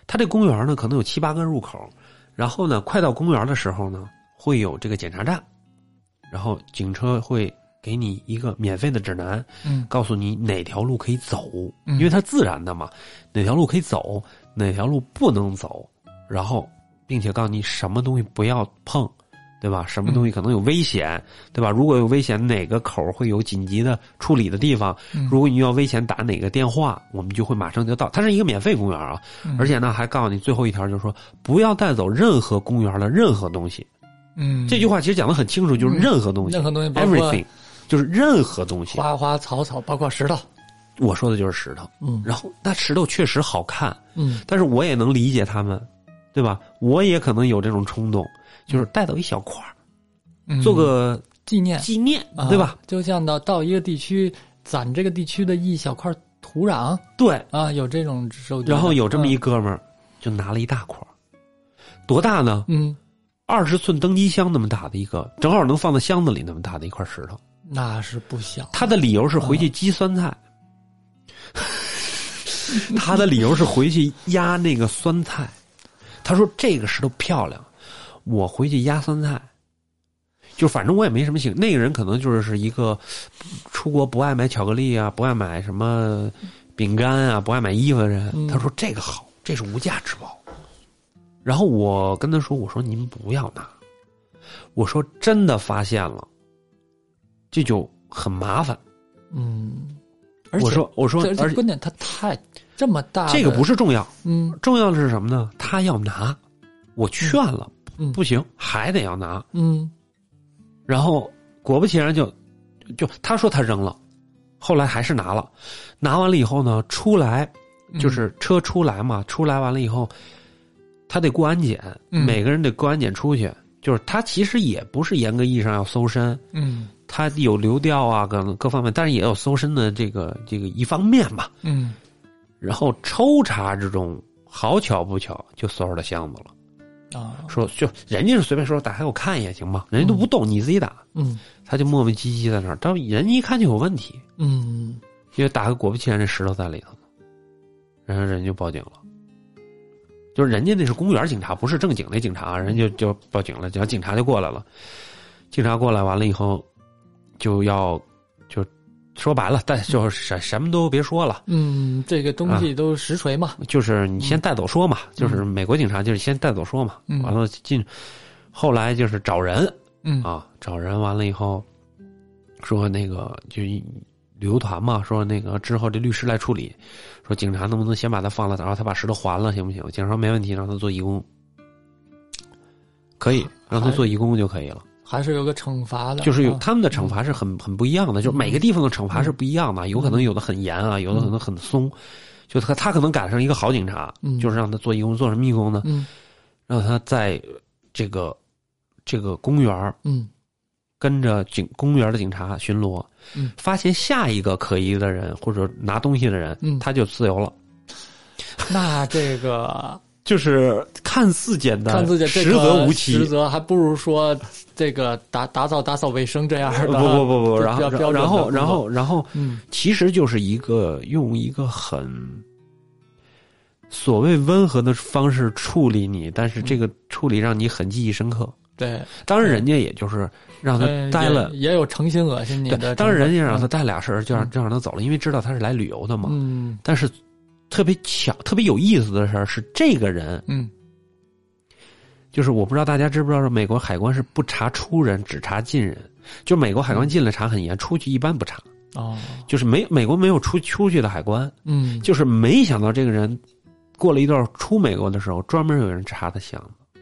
Speaker 1: 它这公园呢，可能有七八个入口，然后呢，快到公园的时候呢，会有这个检查站，然后警车会给你一个免费的指南，
Speaker 2: 嗯
Speaker 1: 告诉你哪条路可以走，
Speaker 2: 嗯
Speaker 1: 因为它自然的嘛，哪条路可以走，哪条路不能走，然后并且告诉你什么东西不要碰，对吧？什么东西可能有危险，对吧？如果有危险，哪个口会有紧急的处理的地方？
Speaker 2: 嗯，
Speaker 1: 如果你遇到危险，打哪个电话，我们就会马上就到。它是一个免费公园啊，
Speaker 2: 嗯
Speaker 1: 而且呢还告诉你最后一条，就是说不要带走任何公园的任何东西。
Speaker 2: 嗯
Speaker 1: 这句话其实讲的很清楚，就是
Speaker 2: 嗯
Speaker 1: 任何东西
Speaker 2: 任何东西包括
Speaker 1: ，everything，就是任何东西。
Speaker 2: 花花草草，包括石头，
Speaker 1: 我说的就是石头。
Speaker 2: 嗯
Speaker 1: 然后那石头确实好看，
Speaker 2: 嗯
Speaker 1: 但是我也能理解他们，对吧？我也可能有这种冲动，就是带走一小块儿
Speaker 2: 嗯，
Speaker 1: 做个
Speaker 2: 纪念，
Speaker 1: 纪念，
Speaker 2: 啊
Speaker 1: 对吧？？
Speaker 2: 就像到到一个地区攒这个地区的一小块土壤
Speaker 1: 对。
Speaker 2: 啊，有这种收集的，
Speaker 1: 然后有这么一哥们儿，就拿了一大块儿，多大呢？
Speaker 2: 嗯。嗯
Speaker 1: 二十寸登机箱那么大的一个，正好能放在箱子里那么大的一块石头。
Speaker 2: 那是不小，
Speaker 1: 他的理由是回去鸡酸菜，他的理由是回去压那个酸菜。他说这个石头漂亮，我回去压酸菜。就反正我也没什么兴，那个人可能就是是一个出国不爱买巧克力啊，不爱买什么饼干啊，不爱买衣服的人。
Speaker 2: 嗯
Speaker 1: 他说这个好，这是无价之宝。然后我跟他说：“我说您不要拿，我说真的发现了，这就很麻烦。”
Speaker 2: 嗯，而且
Speaker 1: 我说我说
Speaker 2: 这，
Speaker 1: 而
Speaker 2: 这
Speaker 1: 且
Speaker 2: 关键它太这么大的，
Speaker 1: 这个不
Speaker 2: 是
Speaker 1: 是重要，
Speaker 2: 嗯
Speaker 1: 重要的是什么呢？他要拿，我劝了，
Speaker 2: 嗯
Speaker 1: 不行，还得要拿。
Speaker 2: 嗯
Speaker 1: 然后果不其然就就他说他扔了，后来还是拿了，拿完了以后呢，出来
Speaker 2: 嗯
Speaker 1: 就是车出来嘛，出来完了以后，他得过安检，
Speaker 2: 嗯
Speaker 1: 每个人得过安检出去。就是他其实也不是严格意义上要搜身，
Speaker 2: 嗯
Speaker 1: 他有流调啊，各各方面，但是也有搜身的这个这个一方面吧。
Speaker 2: 嗯
Speaker 1: 然后抽查之中，好巧不巧就搜着他箱子了。
Speaker 2: 啊
Speaker 1: 说就人家是随便说，打开我看一眼行吗？人家都不动，你自己打。
Speaker 2: 嗯
Speaker 1: 他就磨磨唧唧在那儿，但人家一看就有问题，
Speaker 2: 嗯
Speaker 1: 因为打开果不其然这石头在里头呢。然后人就报警了。就是人家那是公园警察，不是正经的警察，人家就报警了，然后警察就过来了。警察过来完了以后，就要就说白了，但就是什什么都别说了，
Speaker 2: 嗯，这个东
Speaker 1: 啊
Speaker 2: 西都实锤嘛，
Speaker 1: 就是你先带走说嘛，就是美国警察就是先带走说嘛，
Speaker 2: 嗯
Speaker 1: 完了进，后来就是找人
Speaker 2: 嗯
Speaker 1: 啊，找人完了以后，说那个就一旅游团嘛，说那个之后这律师来处理，说警察能不能先把他放了，然后他把石头还了行不行？警察说没问题，让他做义工，啊可以让他做义工就可以了。
Speaker 2: 还是有个惩罚的，
Speaker 1: 就是有
Speaker 2: 啊
Speaker 1: 他们的惩罚是很很不一样的，就是每个地方的惩罚是不一样的，有可能有的很严啊，有的可能很松。就他他可能赶上一个好警察，
Speaker 2: 嗯
Speaker 1: 就是让他做义工，做什么义工呢？
Speaker 2: 嗯
Speaker 1: 让他在这个这个公园儿
Speaker 2: 嗯
Speaker 1: 跟着警公园的警察巡逻
Speaker 2: 嗯，
Speaker 1: 发现下一个可疑的人或者拿东西的人，
Speaker 2: 嗯
Speaker 1: 他就自由了。
Speaker 2: 那这个
Speaker 1: 就是看似简单，
Speaker 2: 看自己这
Speaker 1: 实
Speaker 2: 个
Speaker 1: 则无
Speaker 2: 实
Speaker 1: 奇。
Speaker 2: 则还不如说这个打打扫打扫卫生这样
Speaker 1: 呃不
Speaker 2: 的，
Speaker 1: 不不不，
Speaker 2: 比较
Speaker 1: 然后
Speaker 2: 标准的
Speaker 1: 然后
Speaker 2: 工作
Speaker 1: 然后然后
Speaker 2: 嗯
Speaker 1: 其实就是一个用一个很所谓温和的方式处理你，但是这个处理让你很记忆深刻。
Speaker 2: 对，
Speaker 1: 当然，人家也就是让他
Speaker 2: 呃
Speaker 1: 待了，
Speaker 2: 也也有诚心恶心你
Speaker 1: 对，
Speaker 2: 的，
Speaker 1: 当然人家让他
Speaker 2: 嗯
Speaker 1: 待俩事儿，就让就让他走了，因为知道他是来旅游的嘛。
Speaker 2: 嗯
Speaker 1: 但是特别巧、特别有意思的事儿是，这个人
Speaker 2: 嗯
Speaker 1: 就是我不知道大家知不知道，美国海关是不查出人，只查进人。就美国海关进来查很严，出去一般不查，
Speaker 2: 哦
Speaker 1: 就是没美国没有出出去的海关。
Speaker 2: 嗯
Speaker 1: 就是没想到这个人过了一段出美国的时候，专门有人查他箱子，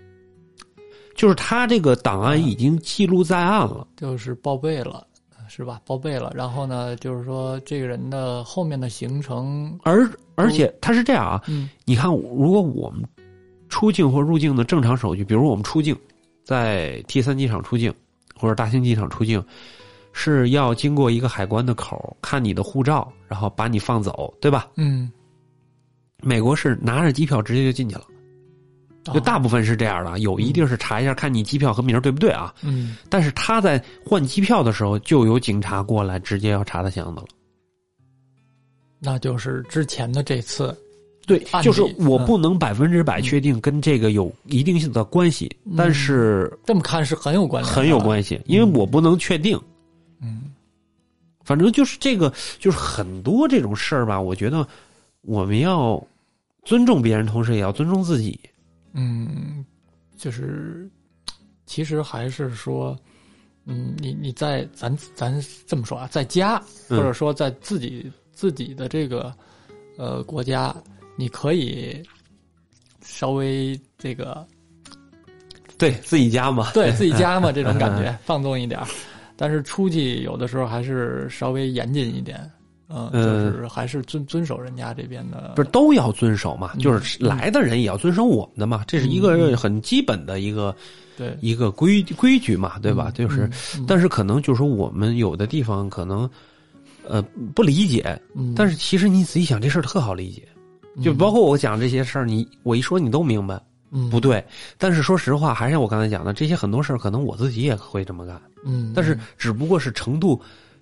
Speaker 1: 就是他这个档案已经记录在案了。
Speaker 2: 就是报备了。是吧？报备了，然后呢，就是说这个人的后面的行程，
Speaker 1: 而而且他是这样啊，
Speaker 2: 嗯
Speaker 1: 你看，如果我们出境或入境的正常手续，比如我们出境，在 T 三机场出境或者大兴机场出境，是要经过一个海关的口看你的护照，然后把你放走，对吧？
Speaker 2: 嗯，
Speaker 1: 美国是拿着机票直接就进去了，
Speaker 2: 哦
Speaker 1: 就大部分是这样的，啊有一定是查一下看你机票和名儿对不对啊。
Speaker 2: 嗯
Speaker 1: 但是他在换机票的时候，就有警察过来直接要查他箱子了。，
Speaker 2: 那就是之前的这次，
Speaker 1: 对
Speaker 2: 按，理嗯
Speaker 1: 就是我不能百分之百确定跟这个有一定性的关系，
Speaker 2: 嗯
Speaker 1: 但是
Speaker 2: 这么看是很有关联，
Speaker 1: 很有，关系，因为我不能确定。
Speaker 2: 嗯
Speaker 1: 反正就是这个，就是很多这种事儿吧，我觉得我们要尊重别人，同时也要尊重自己。
Speaker 2: 嗯，就是其实还是说，嗯，你你在咱咱这么说啊，在家或
Speaker 1: 嗯
Speaker 2: 者说在自己自己的这个呃国家，你可以稍微这个
Speaker 1: 对自己家 嘛，
Speaker 2: 对自己家嘛这种感
Speaker 1: 嗯
Speaker 2: 觉放纵一点儿，但是出去有的时候还是稍微严谨一点。嗯，
Speaker 1: 嗯
Speaker 2: 就是还是遵遵守人家这边的，
Speaker 1: 不是都要遵守嘛？
Speaker 2: 嗯
Speaker 1: 就是来的人也要遵守我们的嘛，这是一个
Speaker 2: 嗯
Speaker 1: 很基本的一个
Speaker 2: 对，
Speaker 1: 一个规规矩嘛，对吧？
Speaker 2: 嗯
Speaker 1: 就是，
Speaker 2: 嗯
Speaker 1: 但是可能就是说我们有的地方可能，呃，不理解。
Speaker 2: 嗯
Speaker 1: 但是其实你仔细想，这事儿特好理解，就包括我讲这些事儿，你我一说你都明白
Speaker 2: 嗯
Speaker 1: 不对。但是说实话，还是我刚才讲的，这些很多事儿可能我自己也会这么干，
Speaker 2: 嗯，
Speaker 1: 但是
Speaker 2: 嗯
Speaker 1: 只不过是程度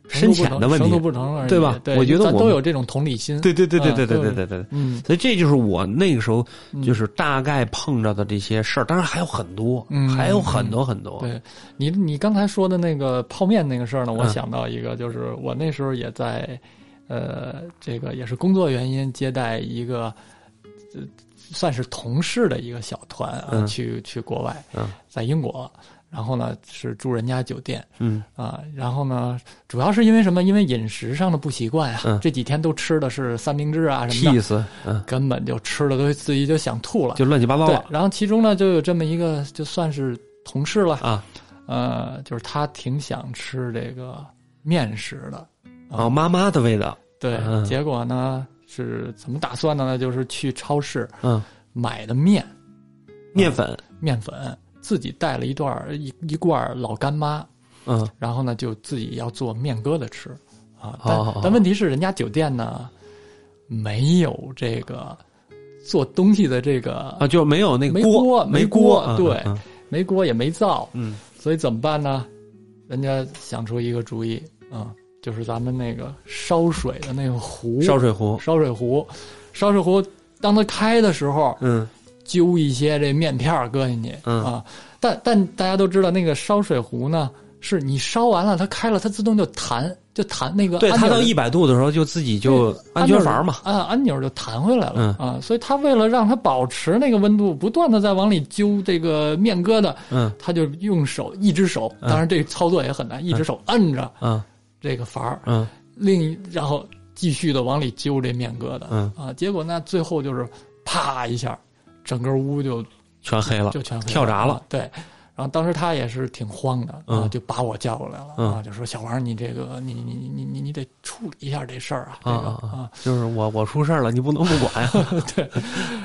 Speaker 1: 深浅的问
Speaker 2: 程度
Speaker 1: 题。
Speaker 2: 不同而已，
Speaker 1: 对吧
Speaker 2: 对，
Speaker 1: 我觉得
Speaker 2: 咱
Speaker 1: 我
Speaker 2: 都
Speaker 1: 们
Speaker 2: 有这种同理心，
Speaker 1: 对对对对对对
Speaker 2: 嗯
Speaker 1: 对对对。
Speaker 2: 嗯，
Speaker 1: 所以这就是我那个时候
Speaker 2: 嗯，
Speaker 1: 就是大概碰着的这些事儿，当然还有很多，
Speaker 2: 嗯
Speaker 1: 还有很多很多。
Speaker 2: 对你你刚才说的那个泡面那个事儿呢，我
Speaker 1: 嗯
Speaker 2: 想到一个，就是我那时候也在，呃，这个也是工作原因接待一个，呃，算是同事的一个小团啊，
Speaker 1: 嗯
Speaker 2: 去去国外
Speaker 1: 嗯，
Speaker 2: 在英国，然后呢是住人家酒店，
Speaker 1: 嗯
Speaker 2: 啊，然后呢，主要是因为什么？因为饮食上的不习惯啊，
Speaker 1: 嗯
Speaker 2: 这几天都吃的是三明治啊什么的，
Speaker 1: ，peace，嗯，
Speaker 2: 根本就吃的都自己就想吐了。
Speaker 1: 就乱七八糟
Speaker 2: 对
Speaker 1: 了，
Speaker 2: 然后其中呢，就有这么一个，就算是同事了，
Speaker 1: 啊。
Speaker 2: 呃，就是他挺想吃这个面食的，啊
Speaker 1: 哦，妈妈的味道，
Speaker 2: 对，
Speaker 1: 嗯
Speaker 2: 结果呢是怎么打算的呢？就是去超市
Speaker 1: 嗯，
Speaker 2: 买的面
Speaker 1: 面粉，
Speaker 2: 面粉，自己带了一段儿一一罐儿老干妈，
Speaker 1: 嗯，
Speaker 2: 然后呢就自己要做面疙瘩吃啊。但、
Speaker 1: 哦哦
Speaker 2: 但问题是，人家酒店呢没有这个做东西的这个、
Speaker 1: 啊，就没有那个
Speaker 2: 没
Speaker 1: 锅，
Speaker 2: 锅
Speaker 1: 没
Speaker 2: 没
Speaker 1: 锅
Speaker 2: 锅，
Speaker 1: 嗯
Speaker 2: 对
Speaker 1: 嗯
Speaker 2: 没锅也没灶，
Speaker 1: 嗯，
Speaker 2: 所以怎么办呢？人家想出一个主意啊、就是咱们那个烧水的那个壶，
Speaker 1: 烧水壶，
Speaker 2: 烧水壶，烧水壶当它开的时候，
Speaker 1: 嗯
Speaker 2: 揪一些这面片儿搁进去、
Speaker 1: 嗯
Speaker 2: 啊。但但大家都知道，那个烧水壶呢，是你烧完了，它开了，它自动就弹，就弹那个
Speaker 1: 对，
Speaker 2: 按
Speaker 1: 它
Speaker 2: 钮
Speaker 1: 到
Speaker 2: 就
Speaker 1: 一百度的时候就自己就安全阀嘛，
Speaker 2: 按啊按钮就弹回来了、
Speaker 1: 嗯
Speaker 2: 啊，所以它为了让它保持那个温度，不断的在往里揪这个面疙瘩，
Speaker 1: 嗯
Speaker 2: 它就用手一只手，
Speaker 1: 嗯
Speaker 2: 当然这个操作也很难，一只手摁着
Speaker 1: 嗯
Speaker 2: 这个阀儿，
Speaker 1: 嗯
Speaker 2: 另一然后继续的往里揪这面疙瘩、
Speaker 1: 嗯，
Speaker 2: 啊，结果那最后就是啪一下，整个屋就
Speaker 1: 全黑了，
Speaker 2: 就全黑
Speaker 1: 嗯跳闸了
Speaker 2: 啊对。然后当时他也是挺慌的，啊，
Speaker 1: 嗯
Speaker 2: 就把我叫过来了，
Speaker 1: 嗯
Speaker 2: 啊，就说小王，你这个你你你你你你得处理一下这事儿啊，这
Speaker 1: 啊
Speaker 2: 个
Speaker 1: 啊啊！就是我我出事儿了，你不能不管呀，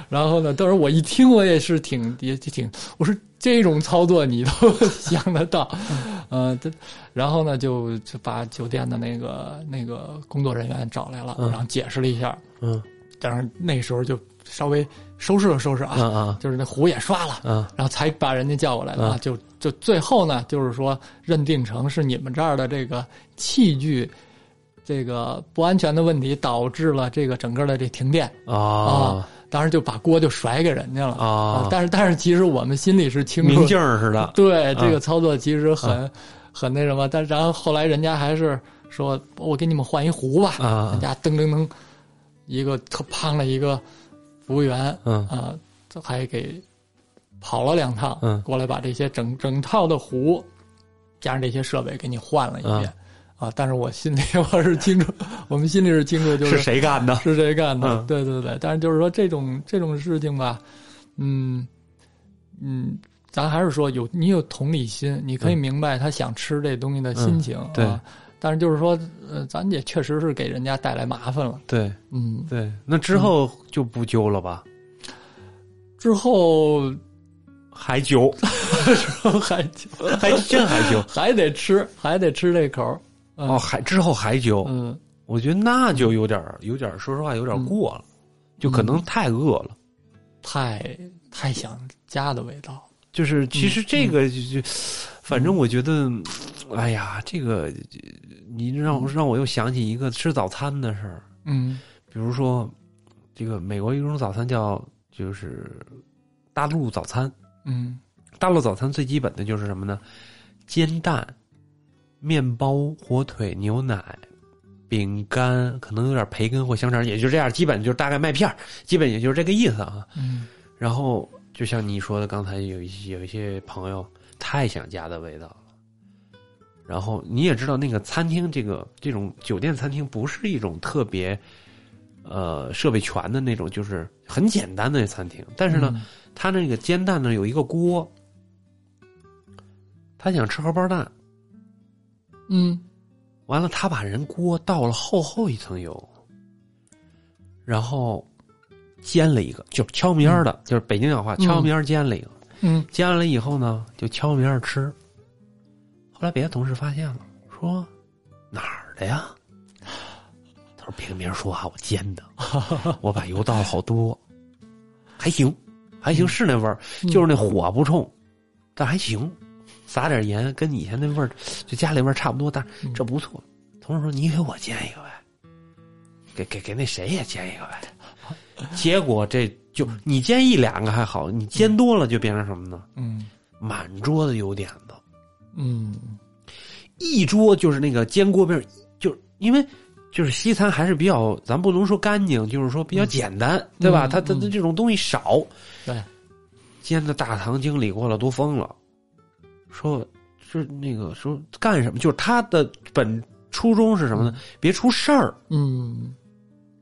Speaker 2: 然后呢，当时我一听，我也是挺也挺，我说这种操作你都 想得到，
Speaker 1: 嗯
Speaker 2: 呃，这然后呢就就把酒店的那个那个工作人员找来了，
Speaker 1: 嗯
Speaker 2: 然后解释了一下，
Speaker 1: 嗯
Speaker 2: 但是那时候就稍微收拾了收拾啊，
Speaker 1: 嗯嗯
Speaker 2: 就是那壶也刷了。
Speaker 1: 嗯
Speaker 2: 然后才把人家叫过来的啊，
Speaker 1: 嗯
Speaker 2: 就就最后呢，就是说认定成是你们这儿的这个器具，这个不安全的问题导致了这个整个的这停电，
Speaker 1: 啊
Speaker 2: 当时就把锅就甩给人家了
Speaker 1: 啊，
Speaker 2: 但是但是其实我们心里是清楚
Speaker 1: 明，镜儿似的，
Speaker 2: 对
Speaker 1: 啊
Speaker 2: 这个操作其实很、很那什么，但然后后来人家还是说我给你们换一壶吧，
Speaker 1: 啊
Speaker 2: 人家噔噔噔，一个特胖的一个服务员
Speaker 1: 嗯
Speaker 2: 啊、这还给跑了两趟，
Speaker 1: 嗯
Speaker 2: 过来把这些整整套的壶加上这些设备给你换了一遍。啊！但是我心里 我是清楚，我们心里是清楚，就是
Speaker 1: 是谁干 的？
Speaker 2: 是谁干的？
Speaker 1: 嗯
Speaker 2: 对对对，但是就是说这种这种事情吧，嗯嗯，咱还是说有你有同理心，你可以
Speaker 1: 嗯
Speaker 2: 明白他想吃这东西的心情，
Speaker 1: 对
Speaker 2: 啊。但是就是说，呃，咱也确实是给人家带来麻烦了。
Speaker 1: 对
Speaker 2: 嗯，
Speaker 1: 对，那之后就不揪了吧？
Speaker 2: 之后
Speaker 1: 还 揪，
Speaker 2: 还
Speaker 1: 还真还揪。
Speaker 2: 还得吃，还得吃这口儿。嗯、
Speaker 1: 哦，还之后还揪，
Speaker 2: 嗯，
Speaker 1: 我觉得那就有点儿，有点儿，说实话，有点儿过了，就可能太饿了。
Speaker 2: 太太想家的味道。
Speaker 1: 就是其实这个就就，反正我觉得，哎呀，这个你让我让我又想起一个吃早餐的事儿，
Speaker 2: 嗯
Speaker 1: 比如说这个美国有一种早餐叫就是大陆早餐，
Speaker 2: 嗯
Speaker 1: 大陆早餐最基本的就是什么呢？煎蛋、面包、火腿、牛奶、饼干，可能有点培根或香肠，也就这样，基本就是大概麦片儿，基本也就是这个意思啊。
Speaker 2: 嗯
Speaker 1: 然后就像你说的，刚才有一些有一些朋友太想家的味道了。然后你也知道，那个餐厅这个这种酒店餐厅不是一种特别，呃，设备全的那种，就是很简单的餐厅。但是呢，
Speaker 2: 嗯
Speaker 1: 他那个煎蛋呢有一个锅，他想吃荷包蛋，
Speaker 2: 嗯
Speaker 1: 完了他把人锅倒了厚厚一层油，然后煎了一个，就敲门儿的，就是北京讲话，
Speaker 2: 嗯
Speaker 1: 敲门儿煎了一个，
Speaker 2: 嗯
Speaker 1: 煎了以后呢就敲门儿吃。后来别的同事发现了，说哪儿的呀？他说平明说啊，我煎的，我把油倒了好多，还行，还行，是那味儿。就是那火不冲，但还行，撒点盐，跟以前那味儿，就家里味儿差不多，但
Speaker 2: 嗯
Speaker 1: 这不错。同事说：“你给我煎一个呗，给给给那谁也煎一个呗。”结果这就你煎一两个还好，你煎多了就变成什么呢？
Speaker 2: 嗯
Speaker 1: 满桌子油点子，
Speaker 2: 嗯
Speaker 1: 一桌就是那个煎锅边儿，就是因为就是西餐还是比较，咱不能说干净，就是说比较简单，对吧？
Speaker 2: 嗯
Speaker 1: 它它它
Speaker 2: 嗯
Speaker 1: 这种东西少，
Speaker 2: 对，
Speaker 1: 煎的大堂经理过来都疯了，说是那个说干什么？就是他的本初衷是什么呢？别出事儿。
Speaker 2: 嗯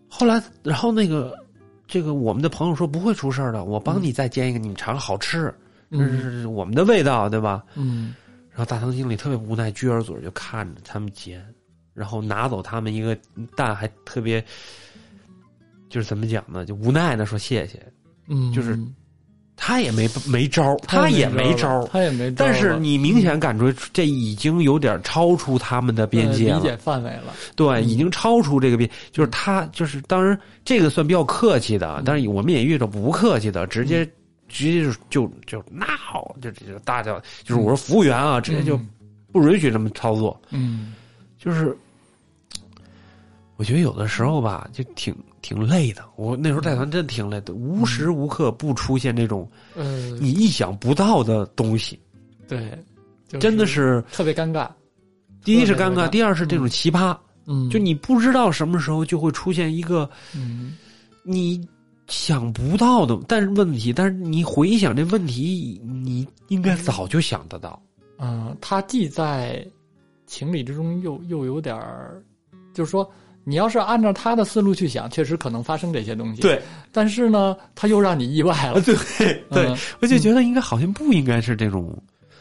Speaker 1: 后来，然后那个这个我们的朋友说不会出事儿的，我帮你再煎一个，你们尝好吃，这
Speaker 2: 嗯
Speaker 1: 是我们的味道，对吧？
Speaker 2: 嗯。
Speaker 1: 然后大堂经理特别无奈，撅着嘴就看着他们煎，然后拿走他们一个蛋，还特别就是怎么讲呢？就无奈的说谢谢，
Speaker 2: 嗯，
Speaker 1: 就是他也没没招儿，
Speaker 2: 他
Speaker 1: 也没
Speaker 2: 招
Speaker 1: 招
Speaker 2: 儿，
Speaker 1: 儿。
Speaker 2: 他也没招儿
Speaker 1: 但
Speaker 2: 了，
Speaker 1: 是你明显感觉这已经有点超出他们的边
Speaker 2: 呃
Speaker 1: 界
Speaker 2: 理
Speaker 1: 了，
Speaker 2: 解范围了，
Speaker 1: 对，
Speaker 2: 嗯
Speaker 1: 已经超出这个边，就是他就是当然这个算比较客气
Speaker 2: 嗯
Speaker 1: 的，但是我们也遇到不客气的，直接直接就就就闹，就就大叫，
Speaker 2: 嗯
Speaker 1: 就是我说服务员啊，直接就不允许这么操作，
Speaker 2: 嗯
Speaker 1: 就是我觉得有的时候吧，就挺挺累的。我那时候带团真挺累的，无时
Speaker 2: 嗯
Speaker 1: 无刻不出现这种
Speaker 2: 呃，
Speaker 1: 你意想不到的东西，
Speaker 2: 对，就
Speaker 1: 真的是
Speaker 2: 特别尴尬。
Speaker 1: 第一是尴
Speaker 2: 特别尴
Speaker 1: 尬，
Speaker 2: 尬
Speaker 1: 第二是这种奇葩，
Speaker 2: 嗯，
Speaker 1: 就，你不知道什么时候就会出现一个
Speaker 2: 嗯，
Speaker 1: 你想不到的，但是问题，但是你回想这问题，你应该早就想得到。
Speaker 2: 嗯，他既在情理之中又，又有点儿，就是说，你要是按照他的思路去想，确实可能发生这些东西。，但是呢，他又让你意外了。
Speaker 1: 对对
Speaker 2: 啊嗯，
Speaker 1: 我就觉得应该好像不应该是这种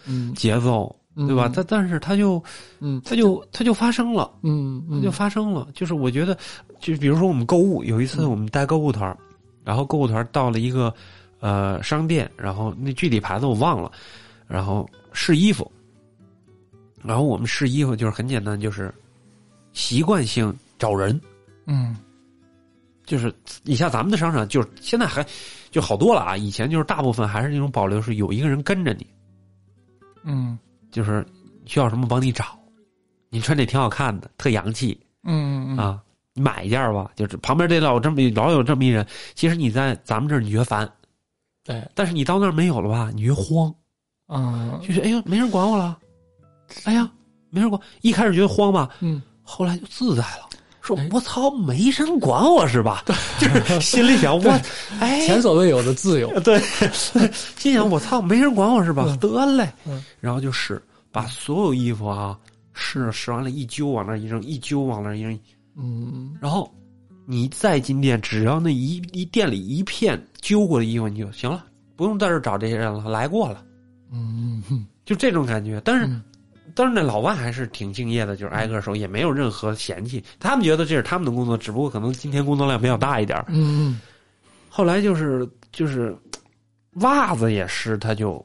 Speaker 2: 嗯，
Speaker 1: 节奏，
Speaker 2: 嗯
Speaker 1: 对吧？但但是它就
Speaker 2: 嗯
Speaker 1: 它就它就发生了，
Speaker 2: 嗯
Speaker 1: 它
Speaker 2: 嗯，
Speaker 1: 就发生了。就是我觉得，就比如说我们购物，有一次我们带购物团儿，然后购物团儿到了一个呃商店，然后那具体牌子我忘了，然后试衣服，然后我们试衣服就是很简单，就是习惯性找人。
Speaker 2: 嗯
Speaker 1: 就是你像咱们的商场，就是现在还就好多了啊。以前就是大部分还是那种保留，是有一个人跟着你，
Speaker 2: 嗯
Speaker 1: 就是需要什么帮你找。你穿这挺好看的，特洋气
Speaker 2: 嗯嗯
Speaker 1: 啊，你买一件吧。就是旁边这老这么老有这么一人，其实你在咱们这儿你觉得烦，
Speaker 2: 对，
Speaker 1: 但是你到那儿没有了吧，你觉得慌，
Speaker 2: 嗯
Speaker 1: 就是哎呦没人管我了，哎呀没人管。一开始觉得慌吧，
Speaker 2: 嗯，
Speaker 1: 后来就自在了。说
Speaker 2: 哎
Speaker 1: 我操，没人管我是吧？ 就是心 里想我，哎，
Speaker 2: 前所未有的自由。
Speaker 1: 对，心想我操，没人管我是吧？
Speaker 2: 嗯
Speaker 1: 得嘞，
Speaker 2: 嗯
Speaker 1: 然后就试，把所有衣服啊试试完了，一揪往那儿一扔，一揪往那儿一扔，
Speaker 2: 嗯
Speaker 1: 然后你再进店，只要那一一店里一片揪过的衣服，你就行了，不用在这儿找这些人了，来过了，
Speaker 2: 嗯嗯
Speaker 1: 就这种感觉。但是。
Speaker 2: 嗯
Speaker 1: 但是那老外还是挺敬业的，就是挨个收，也没有任何嫌弃。他们觉得这是他们的工作，只不过可能今天工作量比较大一点儿。
Speaker 2: 嗯
Speaker 1: 后来就是就是袜子也是，它就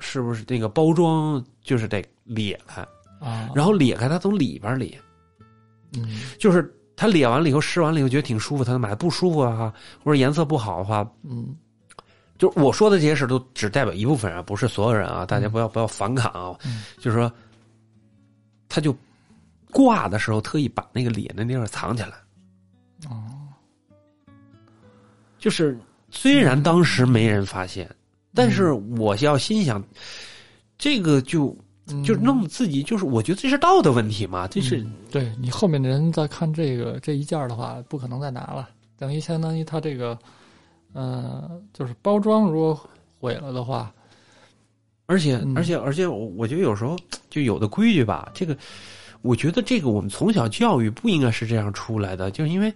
Speaker 1: 是不是那个包装就是得裂开，
Speaker 2: 啊，
Speaker 1: 然后裂开它从里边裂，
Speaker 2: 嗯
Speaker 1: 就是它裂完了以后湿完了以后觉得挺舒服，它就买不舒服啊，或者颜色不好的话。
Speaker 2: 嗯
Speaker 1: 就是我说的这些事都只代表一部分人啊，不是所有人啊，大家不要不要反感啊。
Speaker 2: 嗯
Speaker 1: 就是说，他就挂的时候特意把那个脸的地方藏起来。
Speaker 2: 哦
Speaker 1: 就是虽然当时没人发现，但是我要心想，这个就
Speaker 2: 嗯
Speaker 1: 就弄自己，就是我觉得这是道德问题嘛，这是
Speaker 2: 嗯对你后面的人在看这个这一件儿的话，不可能再拿了，等于相当于他这个，呃，就是包装如果毁了的话，
Speaker 1: 而且
Speaker 2: 嗯
Speaker 1: 而且而且，我我觉得有时候就有的规矩吧，这个我觉得这个我们从小教育不应该是这样出来的，就是因为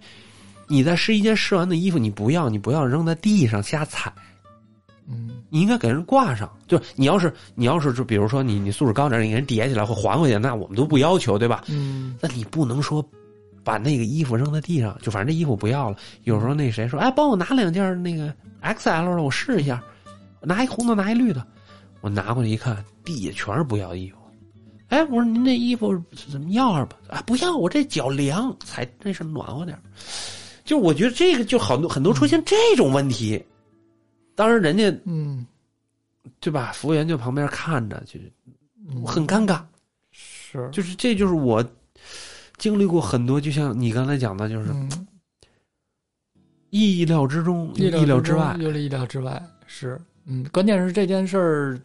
Speaker 1: 你在试衣间试完的衣服你不要，你不要扔在地上瞎踩。
Speaker 2: 嗯
Speaker 1: 你应该给人挂上，就是你要是你要是就比如说你你素质高点儿，你给人叠起来或还回去，那我们都不要求，对吧？
Speaker 2: 嗯
Speaker 1: 那你不能说把那个衣服扔在地上，就反正这衣服不要了。有时候那谁说，哎，帮我拿两件儿那个 XL 的，我试一下，拿一红的，拿一绿的。我拿过去一看，地下全是不要衣服。哎，我说您这衣服是什么样儿吧？啊，不要，我这脚凉，才那是暖和点儿。就我觉得这个就好多很多出现这种问题，当然人家
Speaker 2: 嗯，
Speaker 1: 对吧？服务员就旁边看着，就是
Speaker 2: 嗯
Speaker 1: 很尴尬。
Speaker 2: 是，
Speaker 1: 就是这就是我经历过很多，就像你刚才讲的，就是
Speaker 2: 嗯，
Speaker 1: 意料之中、
Speaker 2: 意料
Speaker 1: 料
Speaker 2: 之
Speaker 1: 之
Speaker 2: 中
Speaker 1: 外。
Speaker 2: 又是意料之外，是，嗯，关键是这件事儿，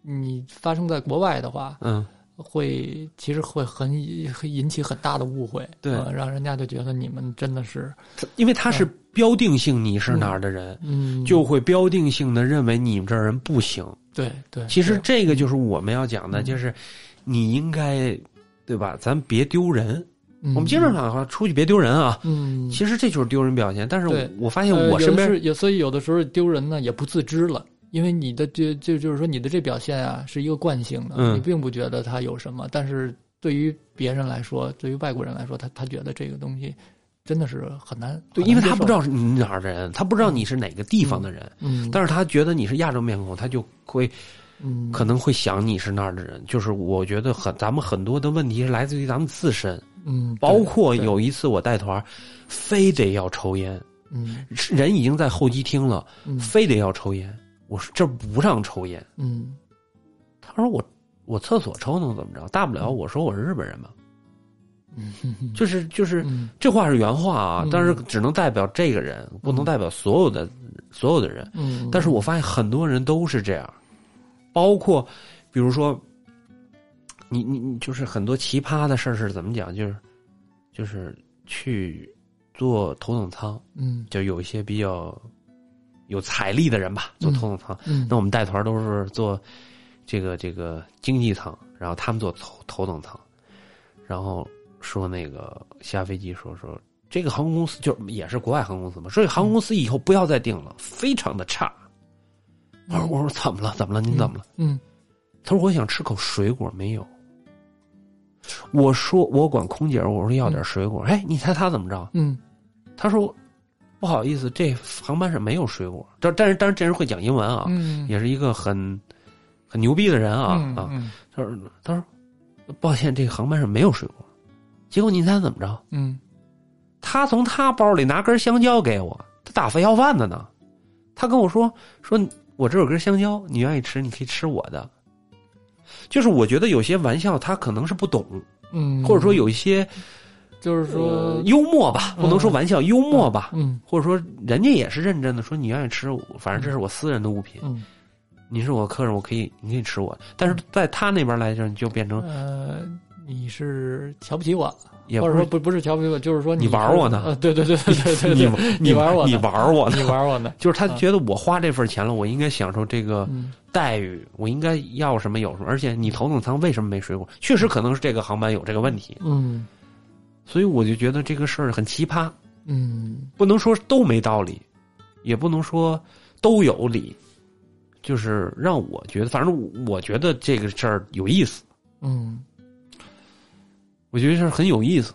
Speaker 2: 你发生在国外的话，
Speaker 1: 嗯，
Speaker 2: 会其实会很引会引起很大的误会，
Speaker 1: 对
Speaker 2: 呃让人家就觉得你们真的是，
Speaker 1: 它因为它是标定性你是哪儿的人，
Speaker 2: 嗯，
Speaker 1: 就会标定性的认为你们这儿人不行。
Speaker 2: 对对，
Speaker 1: 其实
Speaker 2: 对
Speaker 1: 这个就是我们要讲的，
Speaker 2: 嗯
Speaker 1: 就是你应该对吧？咱别丢人。
Speaker 2: 嗯
Speaker 1: 我们经常讲话，出去别丢人啊。
Speaker 2: 嗯，
Speaker 1: 其实这就是丢人表现，但是
Speaker 2: 对
Speaker 1: 我发现
Speaker 2: 呃
Speaker 1: 我
Speaker 2: 有
Speaker 1: 身
Speaker 2: 的
Speaker 1: 边
Speaker 2: 是有，所以有的时候丢人呢也不自知了，因为你的这就就是说你的这表现啊是一个惯性的，
Speaker 1: 嗯
Speaker 2: 你并不觉得它有什么，但是对于别人来说，对于外国人来说，他他觉得这个东西真的是很难，
Speaker 1: 对，
Speaker 2: 很难
Speaker 1: 因为他
Speaker 2: 接受
Speaker 1: 不知，道是你哪儿的人，他不知道你是哪个地方的人，
Speaker 2: 嗯，
Speaker 1: 但是他觉得你是亚洲面孔，他就会
Speaker 2: 嗯，
Speaker 1: 可能会想你是那儿的人，就是我觉得很，咱们很多的问题是来自于咱们自身，
Speaker 2: 嗯，
Speaker 1: 包
Speaker 2: 对
Speaker 1: 括有一次我带团儿，非得要抽烟，
Speaker 2: 嗯
Speaker 1: 人已经在候机厅了，
Speaker 2: 嗯
Speaker 1: 非得要抽烟，我说这儿不让抽烟，
Speaker 2: 嗯嗯
Speaker 1: 他说我我厕所抽能怎么着？大不了我说我是日本人嘛，就是就是
Speaker 2: 嗯
Speaker 1: 这话是原话啊
Speaker 2: 嗯，
Speaker 1: 但是只能代表这个人，不能代表所有的所有的人。
Speaker 2: 嗯，
Speaker 1: 但是我发现很多人都是这样，包括比如说，你你你就是很多奇葩的事儿是怎么讲？就是就是去坐头等舱，
Speaker 2: 嗯
Speaker 1: 就有一些比较有财力的人吧，坐头等舱。
Speaker 2: 嗯，
Speaker 1: 那我们带团都是坐这个这个经济舱，然后他们坐头头等舱，然后说那个下飞机说说这个航空公司就是也是国外航空公司嘛，说这个航空公司以后不要再订
Speaker 2: 嗯
Speaker 1: 了，非常的差。我说我说怎么了怎么了您怎么了？
Speaker 2: 嗯
Speaker 1: 他说我想吃口水果没有。我说我管空姐我说要点水果，哎你猜他怎么着？
Speaker 2: 嗯
Speaker 1: 他说不好意思这航班上没有水果，但但是但是这人会讲英文啊，
Speaker 2: 嗯，
Speaker 1: 也是一个很很牛逼的人啊、
Speaker 2: 嗯
Speaker 1: 啊！
Speaker 2: 嗯
Speaker 1: 他说他说抱歉，这个航班上没有水果。结果你猜怎么着？
Speaker 2: 嗯
Speaker 1: 他从他包里拿根香蕉给我，他打发要饭的呢。他跟我说说我这有根香蕉，你愿意吃你可以吃我的。就是我觉得有些玩笑他可能是不懂，
Speaker 2: 嗯，
Speaker 1: 或者说有一些
Speaker 2: 就是
Speaker 1: 呃
Speaker 2: 说
Speaker 1: 幽默吧，不能说玩笑，幽默吧，
Speaker 2: 嗯
Speaker 1: 或者说人家也是认真的说你愿意吃，反正这是我私人的物品。
Speaker 2: 嗯
Speaker 1: 你是我客人，我可以，你可以吃我。但是在他那边来讲，就变成
Speaker 2: 呃，你是瞧不起我，
Speaker 1: 嗯也
Speaker 2: 或
Speaker 1: 不
Speaker 2: 者
Speaker 1: 是
Speaker 2: 说不不是瞧不起我，就是说
Speaker 1: 你玩
Speaker 2: 是
Speaker 1: 我呢
Speaker 2: 呃对对对对对对，
Speaker 1: 你
Speaker 2: 对
Speaker 1: 你
Speaker 2: 玩我呢嗯
Speaker 1: 你玩我呢，
Speaker 2: 你玩我呢，
Speaker 1: 就是他觉得我花这份钱了，我应该享受这个
Speaker 2: 嗯
Speaker 1: 待遇，我应该要什么有什么。而且你头等舱为什么没水果？确实可能是这个航班有这个问题，
Speaker 2: 嗯
Speaker 1: 所以我就觉得这个事儿很奇葩，
Speaker 2: 嗯
Speaker 1: 不能说都没道理，也不能说都有理，就是让我觉得，反正我觉得这个事儿有意思，
Speaker 2: 嗯，
Speaker 1: 我觉得是很有意思，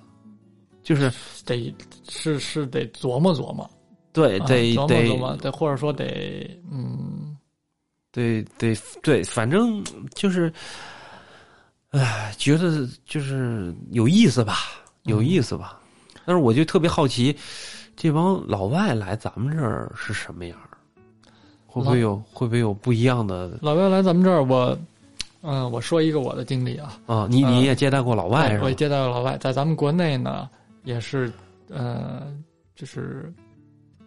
Speaker 1: 就是
Speaker 2: 得是是得琢磨琢磨，
Speaker 1: 对
Speaker 2: 啊
Speaker 1: 得
Speaker 2: 琢磨
Speaker 1: 得
Speaker 2: 琢磨，得或者说得嗯
Speaker 1: 对对对，反正就是，哎，觉得就是有意思吧，
Speaker 2: 嗯
Speaker 1: 有意思吧。但是我就特别好奇，这帮老外来咱们这儿是什么样儿会不会有会不会有不一样的
Speaker 2: 老外来咱们这儿，我，嗯、我说一个我的经历啊，
Speaker 1: 啊？你
Speaker 2: 呃
Speaker 1: 你也接待过老外是
Speaker 2: 我
Speaker 1: 吧
Speaker 2: 也？接待了老外，在咱们国内呢，也是，呃，就是呃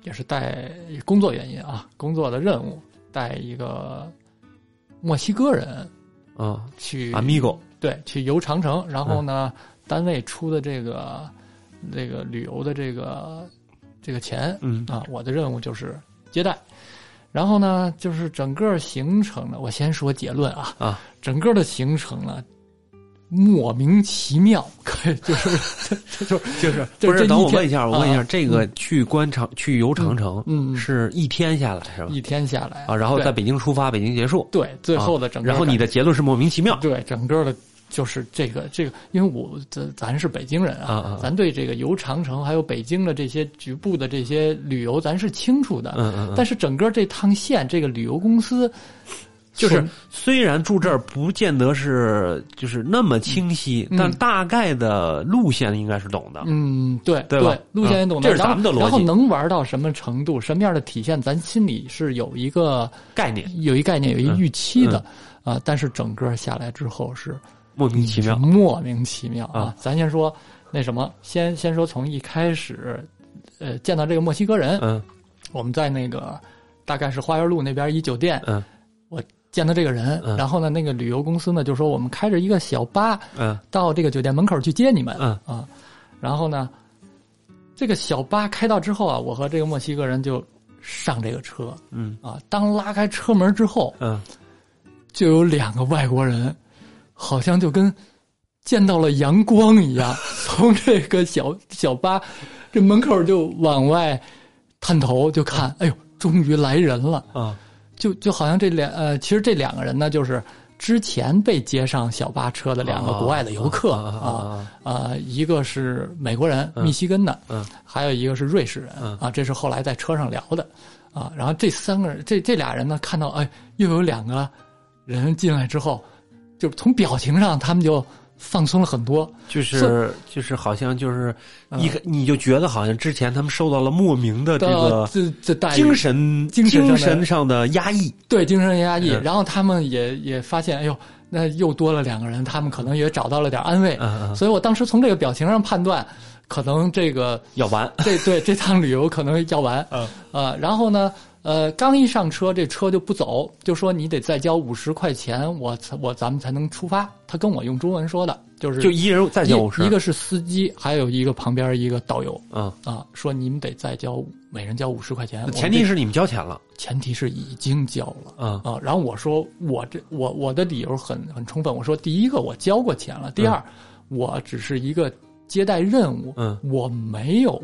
Speaker 2: 也是带工作原因啊，工作的任务，带一个墨西哥人
Speaker 1: 啊
Speaker 2: 去
Speaker 1: ，Amigo 嗯
Speaker 2: 对，去游长城，然后呢，单位出的这个这个旅游的这个这个钱，
Speaker 1: 嗯
Speaker 2: 啊，我的任务就是接待。然后呢，就是整个行程呢，我先说结论啊
Speaker 1: 啊，
Speaker 2: 整个的行程呢，莫名其妙，就是 就就是
Speaker 1: 就是不
Speaker 2: 就这
Speaker 1: 是？
Speaker 2: 一
Speaker 1: 等我
Speaker 2: 天
Speaker 1: 问一下，我
Speaker 2: 啊
Speaker 1: 问一下，
Speaker 2: 啊
Speaker 1: 这个去观长去游长城
Speaker 2: 嗯，
Speaker 1: 是一天下来是吧？
Speaker 2: 一天下来
Speaker 1: 啊，然后
Speaker 2: 对
Speaker 1: 在北京出发，北京结束，
Speaker 2: 对最后的整个、
Speaker 1: 然后你的结论是莫名其妙
Speaker 2: 对整个的。就是这个这个，因为我咱咱是北京人
Speaker 1: 啊啊
Speaker 2: 啊
Speaker 1: 啊，
Speaker 2: 咱对这个游长城还有北京的这些局部的这些旅游，咱是清楚的。
Speaker 1: 嗯嗯嗯。
Speaker 2: 但是整个这趟线，这个旅游公司
Speaker 1: 就是
Speaker 2: 损
Speaker 1: 虽然住这儿不见得是就是那么清晰，
Speaker 2: 嗯
Speaker 1: 但大概的路线应该是懂的。
Speaker 2: 嗯，对
Speaker 1: 啊对吧
Speaker 2: 路线也懂得，
Speaker 1: 嗯这是咱们的逻辑
Speaker 2: 然后然后能玩到什么程度，什么样的体现，咱心里是有一个
Speaker 1: 概念
Speaker 2: 有一概念，有一预期
Speaker 1: 嗯
Speaker 2: 的啊、但是整个下来之后是
Speaker 1: 莫名其妙
Speaker 2: 是，莫名其妙
Speaker 1: 啊
Speaker 2: 咱先说那什么，先先说从一开始，呃，见到这个墨西哥人，
Speaker 1: 嗯
Speaker 2: 我们在那个大概是花园路那边一酒店，
Speaker 1: 嗯
Speaker 2: 我见到这个人，
Speaker 1: 嗯
Speaker 2: 然后呢，那个旅游公司呢就说我们开着一个小巴
Speaker 1: 嗯
Speaker 2: 到这个酒店门口去接你们，
Speaker 1: 嗯
Speaker 2: 啊，然后呢，这个小巴开到之后啊，我和这个墨西哥人就上这个车
Speaker 1: 嗯
Speaker 2: 啊。当拉开车门之后，
Speaker 1: 嗯，
Speaker 2: 就有两个外国人，好像就跟见到了阳光一样，从这个小小巴这门口就往外探头就看，哎呦，终于来人了。
Speaker 1: 啊
Speaker 2: 就就好像这两呃，其实这两个人呢，就是之前被接上小巴车的
Speaker 1: 哦
Speaker 2: 两个国外的游客
Speaker 1: 啊啊
Speaker 2: 啊，
Speaker 1: 啊
Speaker 2: 呃，一个是美国人，
Speaker 1: 嗯
Speaker 2: 密西根的，
Speaker 1: 嗯
Speaker 2: 还有一个是瑞士人
Speaker 1: 嗯
Speaker 2: 啊，这是后来在车上聊的啊。然后这三个人，这这俩人呢，看到哎，又有两个人进来之后，就是从表情上他们就放松了很多，
Speaker 1: 就是就是好像就是
Speaker 2: 嗯
Speaker 1: 一个你就觉得好像之前他们受到了莫名的这
Speaker 2: 到
Speaker 1: 个
Speaker 2: 这这待遇
Speaker 1: 精神
Speaker 2: 精神上的
Speaker 1: 上的压抑，
Speaker 2: 对精神压抑，
Speaker 1: 嗯
Speaker 2: 然后他们也也发现，哎呦，那又多了两个人，他们可能也找到了点安慰。
Speaker 1: 嗯嗯
Speaker 2: 所以我当时从这个表情上判断，可能这个
Speaker 1: 要完，
Speaker 2: 这对这趟旅游可能要完。
Speaker 1: 嗯
Speaker 2: 呃，然后呢，呃，刚一上车，这车就不走，就说你得再交五十块钱，我才我咱们才能出发。他跟我用中文说的，就是
Speaker 1: 就一人再交五十
Speaker 2: 一，一个是司机，还有一个旁边一个导游
Speaker 1: 嗯，
Speaker 2: 啊，说你们得再交每人交五十块钱。我
Speaker 1: 前
Speaker 2: 们
Speaker 1: 提
Speaker 2: 这
Speaker 1: 是你们交钱了，
Speaker 2: 前提是已经交了。
Speaker 1: 嗯
Speaker 2: 啊，然后我说我这我我的理由很很充分，我说第一个我交过钱了，第二、我只是一个接待任务，
Speaker 1: 嗯，
Speaker 2: 我没有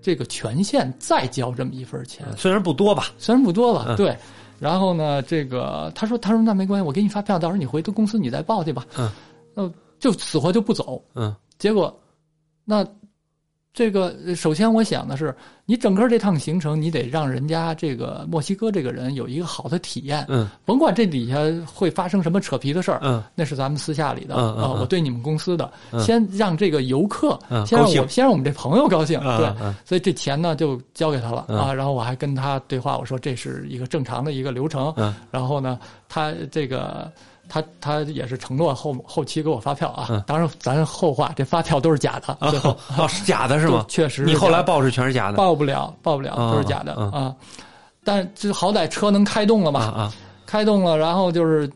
Speaker 2: 这个权限再交这么一份钱，
Speaker 1: 虽然不多吧，
Speaker 2: 虽然不多吧，
Speaker 1: 嗯
Speaker 2: 对。然后呢，这个他说他说那没关系，我给你发票，到时候你回到公司你再报去吧，
Speaker 1: 嗯，
Speaker 2: 呃，就死活就不走，
Speaker 1: 嗯
Speaker 2: 结果，那这个呃首先我想的是，你整个这趟行程，你得让人家这个墨西哥这个人有一个好的体验，
Speaker 1: 嗯
Speaker 2: 甭管这底下会发生什么扯皮的事儿，
Speaker 1: 嗯
Speaker 2: 那是咱们私下里的
Speaker 1: 嗯嗯
Speaker 2: 啊，
Speaker 1: 嗯
Speaker 2: 我对你们公司的，
Speaker 1: 嗯
Speaker 2: 先让这个游客
Speaker 1: 嗯，
Speaker 2: 先
Speaker 1: 高
Speaker 2: 让
Speaker 1: 兴
Speaker 2: 我，先让我们这朋友高兴，
Speaker 1: 嗯
Speaker 2: 对
Speaker 1: 嗯。嗯
Speaker 2: 所以这钱呢就交给他了、
Speaker 1: 嗯
Speaker 2: 啊，然后我还跟他对话，我说这是一个正常的一个流程，
Speaker 1: 嗯
Speaker 2: 然后呢，他这个他他也是承诺后后期给我发票啊，
Speaker 1: 嗯
Speaker 2: 当然咱后话，这发票都是假的，
Speaker 1: 啊
Speaker 2: 最后、
Speaker 1: 哦是假的是吗
Speaker 2: 就？确实是
Speaker 1: 你后来
Speaker 2: 假的
Speaker 1: 报是全是假的
Speaker 2: 报不了，报不了、
Speaker 1: 啊
Speaker 2: 都是假的
Speaker 1: 啊
Speaker 2: 啊，但这好歹车能开动了
Speaker 1: 啊
Speaker 2: 嘛，
Speaker 1: 啊
Speaker 2: 开动了，然后就是，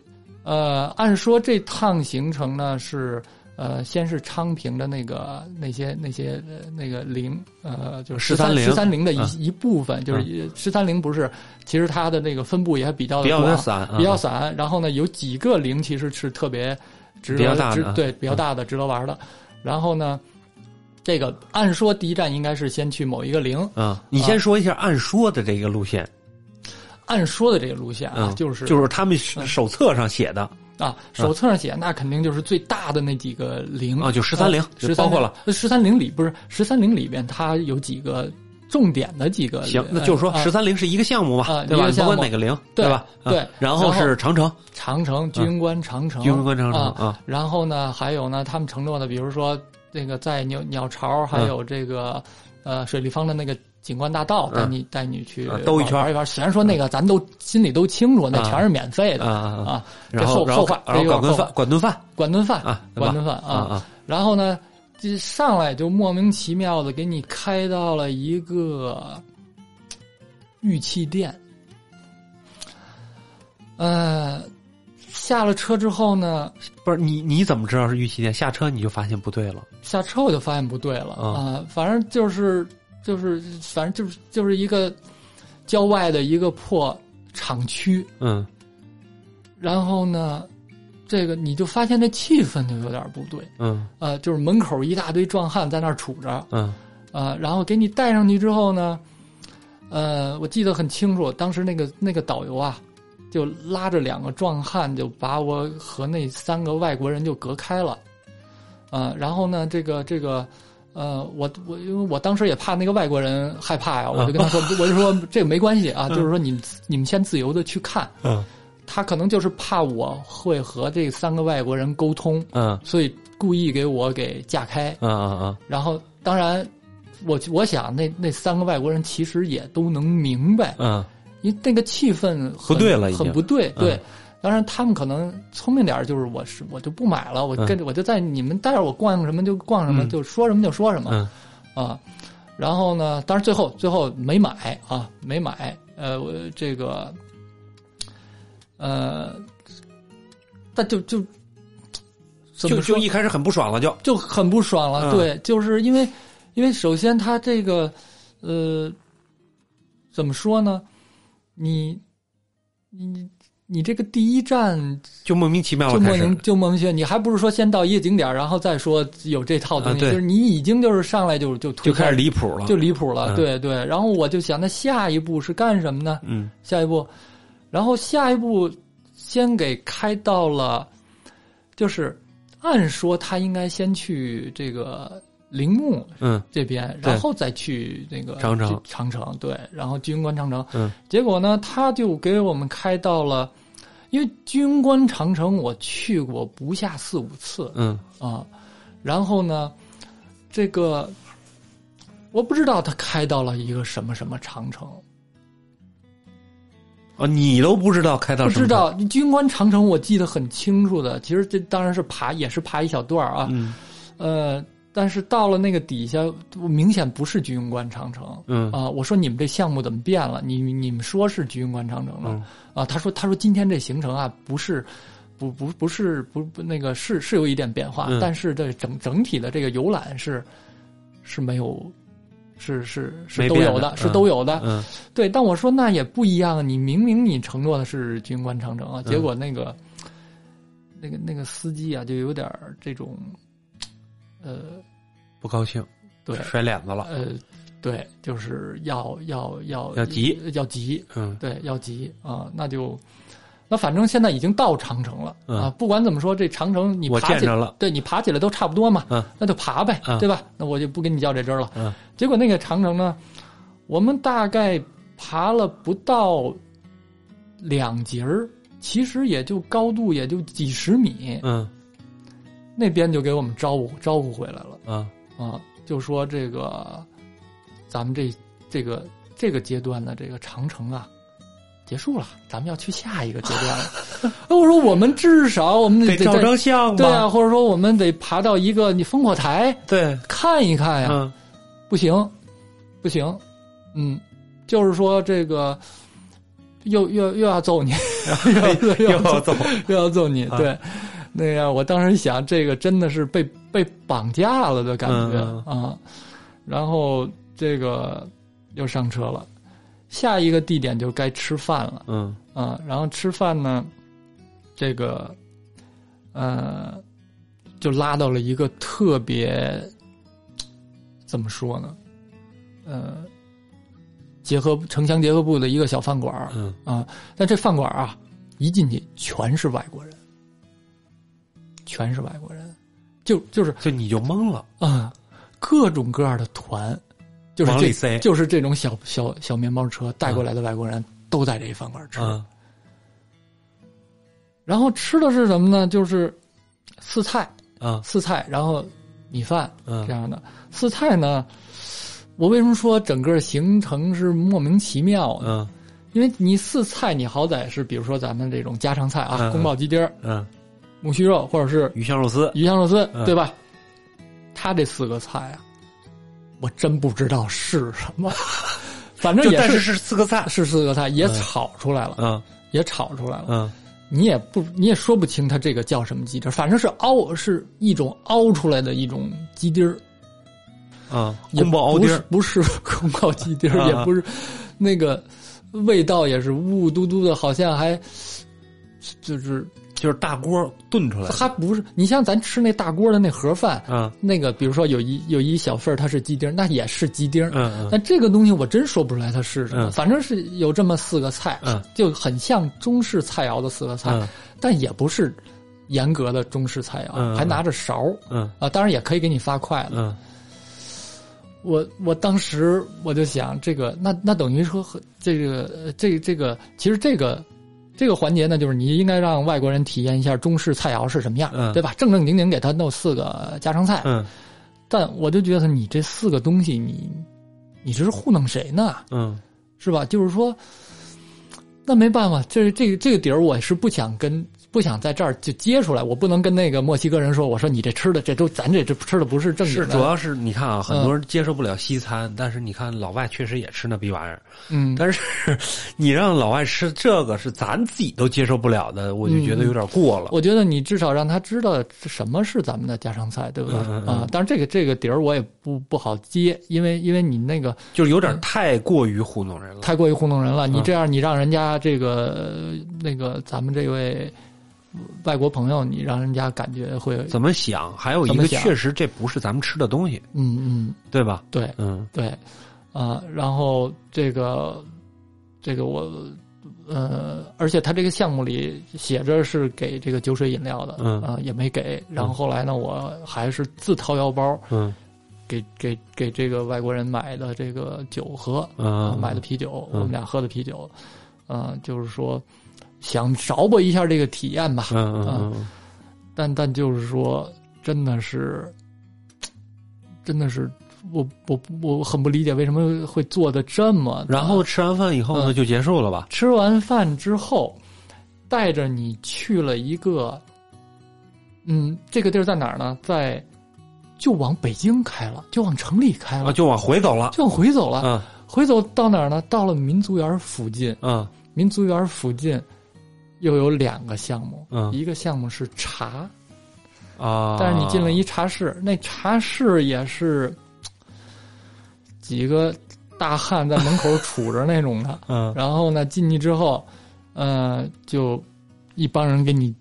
Speaker 2: 呃，按说这趟行程呢是，呃，先是昌平的那个那些那些呃那个陵，呃，就是
Speaker 1: 十三陵
Speaker 2: 十三陵的一、
Speaker 1: 嗯
Speaker 2: 一部分，就是十三陵不是，其实它的那个分布也比较
Speaker 1: 比较
Speaker 2: 广
Speaker 1: 的散，
Speaker 2: 比较
Speaker 1: 嗯
Speaker 2: 散。然后呢，有几个陵其实是特别值得
Speaker 1: 比较大的
Speaker 2: 值
Speaker 1: 啊
Speaker 2: 对比较大的、值得玩的。然后呢，这个按说第一站应该是先去某一个陵，
Speaker 1: 嗯，你先说一下按说的这个路线
Speaker 2: 按说的这个路线啊，
Speaker 1: 嗯
Speaker 2: 就是
Speaker 1: 就是他们手册上写的
Speaker 2: 啊，手册上写那肯定就是最大的那几个陵
Speaker 1: 啊，就十三陵，
Speaker 2: 嗯十
Speaker 1: 就
Speaker 2: 三
Speaker 1: 包括了。
Speaker 2: 十三陵里不是十三陵里边，它有几个重点的几个
Speaker 1: 行
Speaker 2: 呃，
Speaker 1: 那就是说
Speaker 2: 啊
Speaker 1: 十三陵是一个项目嘛，
Speaker 2: 啊
Speaker 1: 对
Speaker 2: 一
Speaker 1: 吧？你
Speaker 2: 个
Speaker 1: 甭
Speaker 2: 项目
Speaker 1: 管哪个陵，
Speaker 2: 对
Speaker 1: 吧？啊
Speaker 2: 对
Speaker 1: 然后
Speaker 2: 然
Speaker 1: 是长城，
Speaker 2: 长城居云关长城，
Speaker 1: 居庸关长城
Speaker 2: 啊
Speaker 1: 啊，
Speaker 2: 然后呢还有呢，他们承诺的，比如说那个在鸟鸟
Speaker 1: 嗯
Speaker 2: 巢，还有这个呃水立方的那个。景观大道
Speaker 1: 嗯
Speaker 2: 带你带你去
Speaker 1: 啊兜一圈
Speaker 2: 玩一玩，虽然说那个咱都心里都清楚，那
Speaker 1: 啊
Speaker 2: 全是免费
Speaker 1: 啊
Speaker 2: 的
Speaker 1: 啊啊，
Speaker 2: 啊。
Speaker 1: 然
Speaker 2: 这后
Speaker 1: 然后
Speaker 2: 后话
Speaker 1: 然后
Speaker 2: 这个
Speaker 1: 管顿
Speaker 2: 后话
Speaker 1: 饭，管顿饭
Speaker 2: 管顿饭，
Speaker 1: 啊，对
Speaker 2: 管
Speaker 1: 吧？
Speaker 2: 顿饭
Speaker 1: 啊啊，
Speaker 2: 然后呢，这上来就莫名其妙的给你开到了一个呃玉器店。呃，下了车之后呢，
Speaker 1: 不是你你怎么知道是玉器店？下车你就发现不对了，
Speaker 2: 下车我就发现不对了
Speaker 1: 嗯
Speaker 2: 啊、反正就是就是反正就是就是一个郊外的一个破厂区，
Speaker 1: 嗯
Speaker 2: 然后呢，这个你就发现这气氛就有点不对，
Speaker 1: 嗯
Speaker 2: 呃，就是门口一大堆壮汉在那儿杵着，
Speaker 1: 嗯
Speaker 2: 啊，然后给你带上去之后呢，呃，我记得很清楚，当时那个那个导游啊，就拉着两个壮汉，就把我和那三个外国人就隔开了，啊，然后呢，这个这个。呃，我我因为我当时也怕那个外国人害怕呀，我就跟他说，我就说这个没关系啊，就是说你你们先自由的去看，
Speaker 1: 嗯
Speaker 2: 他可能就是怕我会和这三个外国人沟通，
Speaker 1: 嗯
Speaker 2: 所以故意给我给架开，
Speaker 1: 嗯嗯
Speaker 2: 然后当然，我我想那那三个外国人其实也都能明白，
Speaker 1: 嗯
Speaker 2: 因为那个气氛很
Speaker 1: 不对了已经
Speaker 2: 很不对，
Speaker 1: 嗯
Speaker 2: 对。当然，他们可能聪明点儿，就是我是我就不买了，我
Speaker 1: 嗯
Speaker 2: 跟着我就在你们带着我逛什么就逛什么，
Speaker 1: 嗯
Speaker 2: 就说什么就说什么
Speaker 1: 嗯
Speaker 2: 啊。然后呢，当然最后最后没买啊，没买。呃，我这个，呃，但就就
Speaker 1: 嗯，
Speaker 2: 怎
Speaker 1: 就
Speaker 2: 么说
Speaker 1: 就一开始很不爽了，就
Speaker 2: 就很不爽
Speaker 1: 嗯
Speaker 2: 了。对，就是因为因为首先他这个呃，怎么说呢？你你你这个第一站
Speaker 1: 就莫名其妙
Speaker 2: 就
Speaker 1: 了，
Speaker 2: 莫
Speaker 1: 开始
Speaker 2: 名就莫名其妙，你还不如说先到一个景点儿，然后再说有这套东
Speaker 1: 啊
Speaker 2: 西，
Speaker 1: 对
Speaker 2: 就是你已经就是上来就就
Speaker 1: 就
Speaker 2: 推
Speaker 1: 开始离谱了，
Speaker 2: 就离谱了。
Speaker 1: 嗯
Speaker 2: 对对，然后我就想，那下一步是干什么呢？
Speaker 1: 嗯
Speaker 2: 下一步，然后下一步先给开到了，就是按说他应该先去这个陵墓
Speaker 1: 嗯
Speaker 2: 这边，
Speaker 1: 对
Speaker 2: 然后再去那个
Speaker 1: 长城
Speaker 2: 长城对，然后居庸关长城。
Speaker 1: 嗯，
Speaker 2: 结果呢，他就给我们开到了。因为居庸关长城我去过不下四五次
Speaker 1: 嗯
Speaker 2: 啊，然后呢，这个我不知道他开到了一个什么什么长城，
Speaker 1: 啊、哦，你都不知道开到
Speaker 2: 不
Speaker 1: 什么
Speaker 2: 知
Speaker 1: 时候？
Speaker 2: 道军官长城我记得很清楚的，其实这当然是爬，也是爬一小段儿啊，
Speaker 1: 嗯
Speaker 2: 呃，但是到了那个底下，我明显不是居庸关长城
Speaker 1: 嗯
Speaker 2: 啊、我说你们这项目怎么变了？你你们说是居庸关长城了啊
Speaker 1: 嗯、
Speaker 2: 他说他说今天这行程啊不是。不不不是不不那个是是有一点变化，
Speaker 1: 嗯
Speaker 2: 但是这整整体的这个游览是是没有是是是
Speaker 1: 没
Speaker 2: 都
Speaker 1: 变
Speaker 2: 有
Speaker 1: 的
Speaker 2: 是
Speaker 1: 嗯
Speaker 2: 都有的，
Speaker 1: 嗯
Speaker 2: 对，但我说那也不一样，你明明你承诺的是军官长城啊，
Speaker 1: 嗯
Speaker 2: 结果那个、那个那个司机啊，就有点儿这种，呃，
Speaker 1: 不高兴，
Speaker 2: 对，
Speaker 1: 甩脸子了。
Speaker 2: 呃，对，就是要要要
Speaker 1: 要急
Speaker 2: 要急，
Speaker 1: 嗯
Speaker 2: 对，要急啊，那就那反正现在已经到长城了、
Speaker 1: 嗯
Speaker 2: 啊，不管怎么说，这长城你
Speaker 1: 我
Speaker 2: 爬
Speaker 1: 见
Speaker 2: 起来
Speaker 1: 着了
Speaker 2: 对你爬起来都差不多嘛，
Speaker 1: 嗯
Speaker 2: 那就爬呗，
Speaker 1: 嗯
Speaker 2: 对吧？那我就不跟你较这真儿了。
Speaker 1: 嗯
Speaker 2: 结果那个长城呢，我们大概爬了不到两节儿，其实也就高度也就几十米，
Speaker 1: 嗯
Speaker 2: 那边就给我们招呼招呼回来了
Speaker 1: 啊
Speaker 2: 啊，就说这个咱们这这个这个阶段的这个长城啊。结束了，咱们要去下一个阶段 了。哎我说我们至少我们
Speaker 1: 得
Speaker 2: 在
Speaker 1: 照张相
Speaker 2: 对啊，
Speaker 1: 吧？
Speaker 2: 或者说我们得爬到一个你烽火台
Speaker 1: 对，
Speaker 2: 看一哎看呀、
Speaker 1: 嗯
Speaker 2: 不行，不行，嗯，就是说这个又又又要 揍你，又要 又
Speaker 1: 哎又
Speaker 2: 要
Speaker 1: 要走，
Speaker 2: 又要揍你，
Speaker 1: 啊
Speaker 2: 对，那样我当时想，这个真的是被被绑架了的感觉
Speaker 1: 嗯
Speaker 2: 啊、然后这个又上车了，下一个地点就该吃饭了。
Speaker 1: 嗯
Speaker 2: 啊，然后吃饭呢，这个，呃，就拉到了一个特别，怎么说呢，呃，结合城乡结合部的一个小饭馆儿
Speaker 1: 嗯，
Speaker 2: 啊，但这饭馆儿啊，一进去全是外国人，全是外国人，就就是
Speaker 1: 就你就懵了，
Speaker 2: 啊，各种各样的团，就是
Speaker 1: 往里
Speaker 2: 这
Speaker 1: 塞，
Speaker 2: 就是这种小小小面包车带过来的外国人都在这一饭馆儿吃。
Speaker 1: 嗯
Speaker 2: 然后吃的是什么呢？就是四菜，
Speaker 1: 嗯
Speaker 2: 四菜，然后米饭
Speaker 1: 嗯
Speaker 2: 这样的。四菜呢，我为什么说整个行程是莫名其妙呢？
Speaker 1: 嗯
Speaker 2: 因为你四菜，你好歹是比如说咱们这种家常菜啊，
Speaker 1: 嗯
Speaker 2: 宫保鸡丁儿、
Speaker 1: 嗯，
Speaker 2: 木须肉，或者是
Speaker 1: 鱼香肉丝，
Speaker 2: 鱼香肉丝，
Speaker 1: 嗯
Speaker 2: 对吧？他这四个菜啊，我真不知道是什么， 反正
Speaker 1: 就
Speaker 2: 也
Speaker 1: 但是
Speaker 2: 是
Speaker 1: 是四个菜，
Speaker 2: 是四个菜，也
Speaker 1: 嗯
Speaker 2: 炒出来了，
Speaker 1: 嗯
Speaker 2: 也炒出来了。
Speaker 1: 嗯
Speaker 2: 你也不你也说不清它这个叫什么鸡丁儿，反正是凹是一种凹出来的一种鸡丁儿，
Speaker 1: 嗯，
Speaker 2: 也
Speaker 1: 宫保熬丁儿，
Speaker 2: 不是不 是宫保鸡丁儿，
Speaker 1: 啊
Speaker 2: 也不是那个味道也是雾嘟嘟的，好像还就是
Speaker 1: 就是大锅炖出来的，
Speaker 2: 它不是你像咱吃那大锅的那盒饭，
Speaker 1: 嗯
Speaker 2: 那个比如说有一有一小份儿它是鸡丁儿，那也是鸡丁儿，
Speaker 1: 嗯嗯
Speaker 2: 但这个东西我真说不出来它是什么，
Speaker 1: 嗯
Speaker 2: 反正是有这么四个菜，
Speaker 1: 嗯
Speaker 2: 就很像中式菜肴的四个菜，
Speaker 1: 嗯
Speaker 2: 但也不是严格的中式菜肴，啊
Speaker 1: 嗯嗯
Speaker 2: 还拿着勺儿
Speaker 1: 嗯
Speaker 2: 啊，当然也可以给你发筷子。
Speaker 1: 嗯
Speaker 2: 我我当时我就想，这个那那等于说和这个呃这这个其实这个。这个环节呢，就是你应该让外国人体验一下中式菜肴是什么样，
Speaker 1: 嗯
Speaker 2: 对吧？正正经经给他弄四个家常菜，
Speaker 1: 嗯
Speaker 2: 但我就觉得你这四个东西你，你这是糊弄谁呢？
Speaker 1: 嗯
Speaker 2: 是吧？就是说，那没办法，这这个这个底儿，我是不想跟不想在这儿就揭出来，我不能跟那个墨西哥人说，我说你这吃的这都咱这这嗯吃的不是正经
Speaker 1: 是
Speaker 2: 的，
Speaker 1: 主要是你看啊，很多人接受不了西餐，但是你看老外确实也吃那逼玩意儿，
Speaker 2: 嗯，
Speaker 1: 但是你让老外吃这个是咱自己都接受不了的，我就觉得有点过了。
Speaker 2: 嗯我觉得你至少让他知道什么是咱们的家常菜，对吧？
Speaker 1: 嗯嗯嗯
Speaker 2: 啊，但是这个这个底儿我也不不好揭，因为因为你那个
Speaker 1: 就是有点太过于糊弄人了。
Speaker 2: 嗯太过于糊弄人了，你
Speaker 1: 嗯
Speaker 2: 这样你让人家这个呃那个咱们这位外国朋友，你让人家感觉会，
Speaker 1: 怎么想？还有一
Speaker 2: 怎么
Speaker 1: 个，
Speaker 2: 想
Speaker 1: 确实这不是咱们吃的东西，
Speaker 2: 嗯嗯，
Speaker 1: 对吧？
Speaker 2: 对。
Speaker 1: 嗯
Speaker 2: 对，啊、然后这个这个我呃，而且他这个项目里写着是给这个酒水饮料的，
Speaker 1: 嗯
Speaker 2: 啊、也没给。然后后来呢，我还是自掏腰包
Speaker 1: 嗯
Speaker 2: 给给给这个外国人买的这个酒喝，啊
Speaker 1: 嗯，
Speaker 2: 买的啤酒，
Speaker 1: 嗯
Speaker 2: 我们俩喝的啤酒，啊、就是说想着吧一下这个体验吧，
Speaker 1: 嗯嗯嗯
Speaker 2: 但但就是说，真的是，真的是我我我很不理解为什么会做的这么。
Speaker 1: 然后吃完饭以后
Speaker 2: 嗯
Speaker 1: 呢，就结束了吧？
Speaker 2: 吃完饭之后，带着你去了一个，嗯，这个地儿在哪儿呢？在就往北京开了，就往城里开了，
Speaker 1: 啊，就往回走了。
Speaker 2: 嗯就往回走了。
Speaker 1: 嗯
Speaker 2: 回走到哪儿呢？到了民族园附近，
Speaker 1: 嗯
Speaker 2: 民族园附近又有两个项目，
Speaker 1: 嗯
Speaker 2: 一个项目是茶，
Speaker 1: 啊！
Speaker 2: 但是你进了一茶室，那茶室也是几个大汉在 门口杵着那种的。
Speaker 1: 嗯
Speaker 2: 然后呢，进去之后，呃，就一帮人给你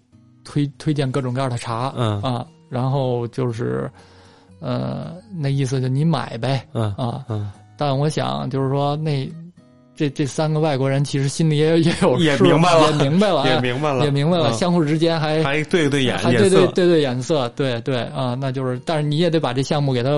Speaker 2: 推推荐各种各样的茶、
Speaker 1: 嗯
Speaker 2: 啊，然后就是呃，那意思就你买呗
Speaker 1: 嗯
Speaker 2: 啊。
Speaker 1: 嗯，
Speaker 2: 但我想就是说那。这这三个外国人其实心里也有也有
Speaker 1: 也
Speaker 2: 数
Speaker 1: 明白了
Speaker 2: 也明白了，
Speaker 1: 也
Speaker 2: 哎
Speaker 1: 明白了，
Speaker 2: 也明白了，
Speaker 1: 嗯
Speaker 2: 相互之间还
Speaker 1: 还对对眼
Speaker 2: 还
Speaker 1: 眼
Speaker 2: 啊对对
Speaker 1: 色，
Speaker 2: 对对眼色，对对啊、那就是，但是你也得把这项目给它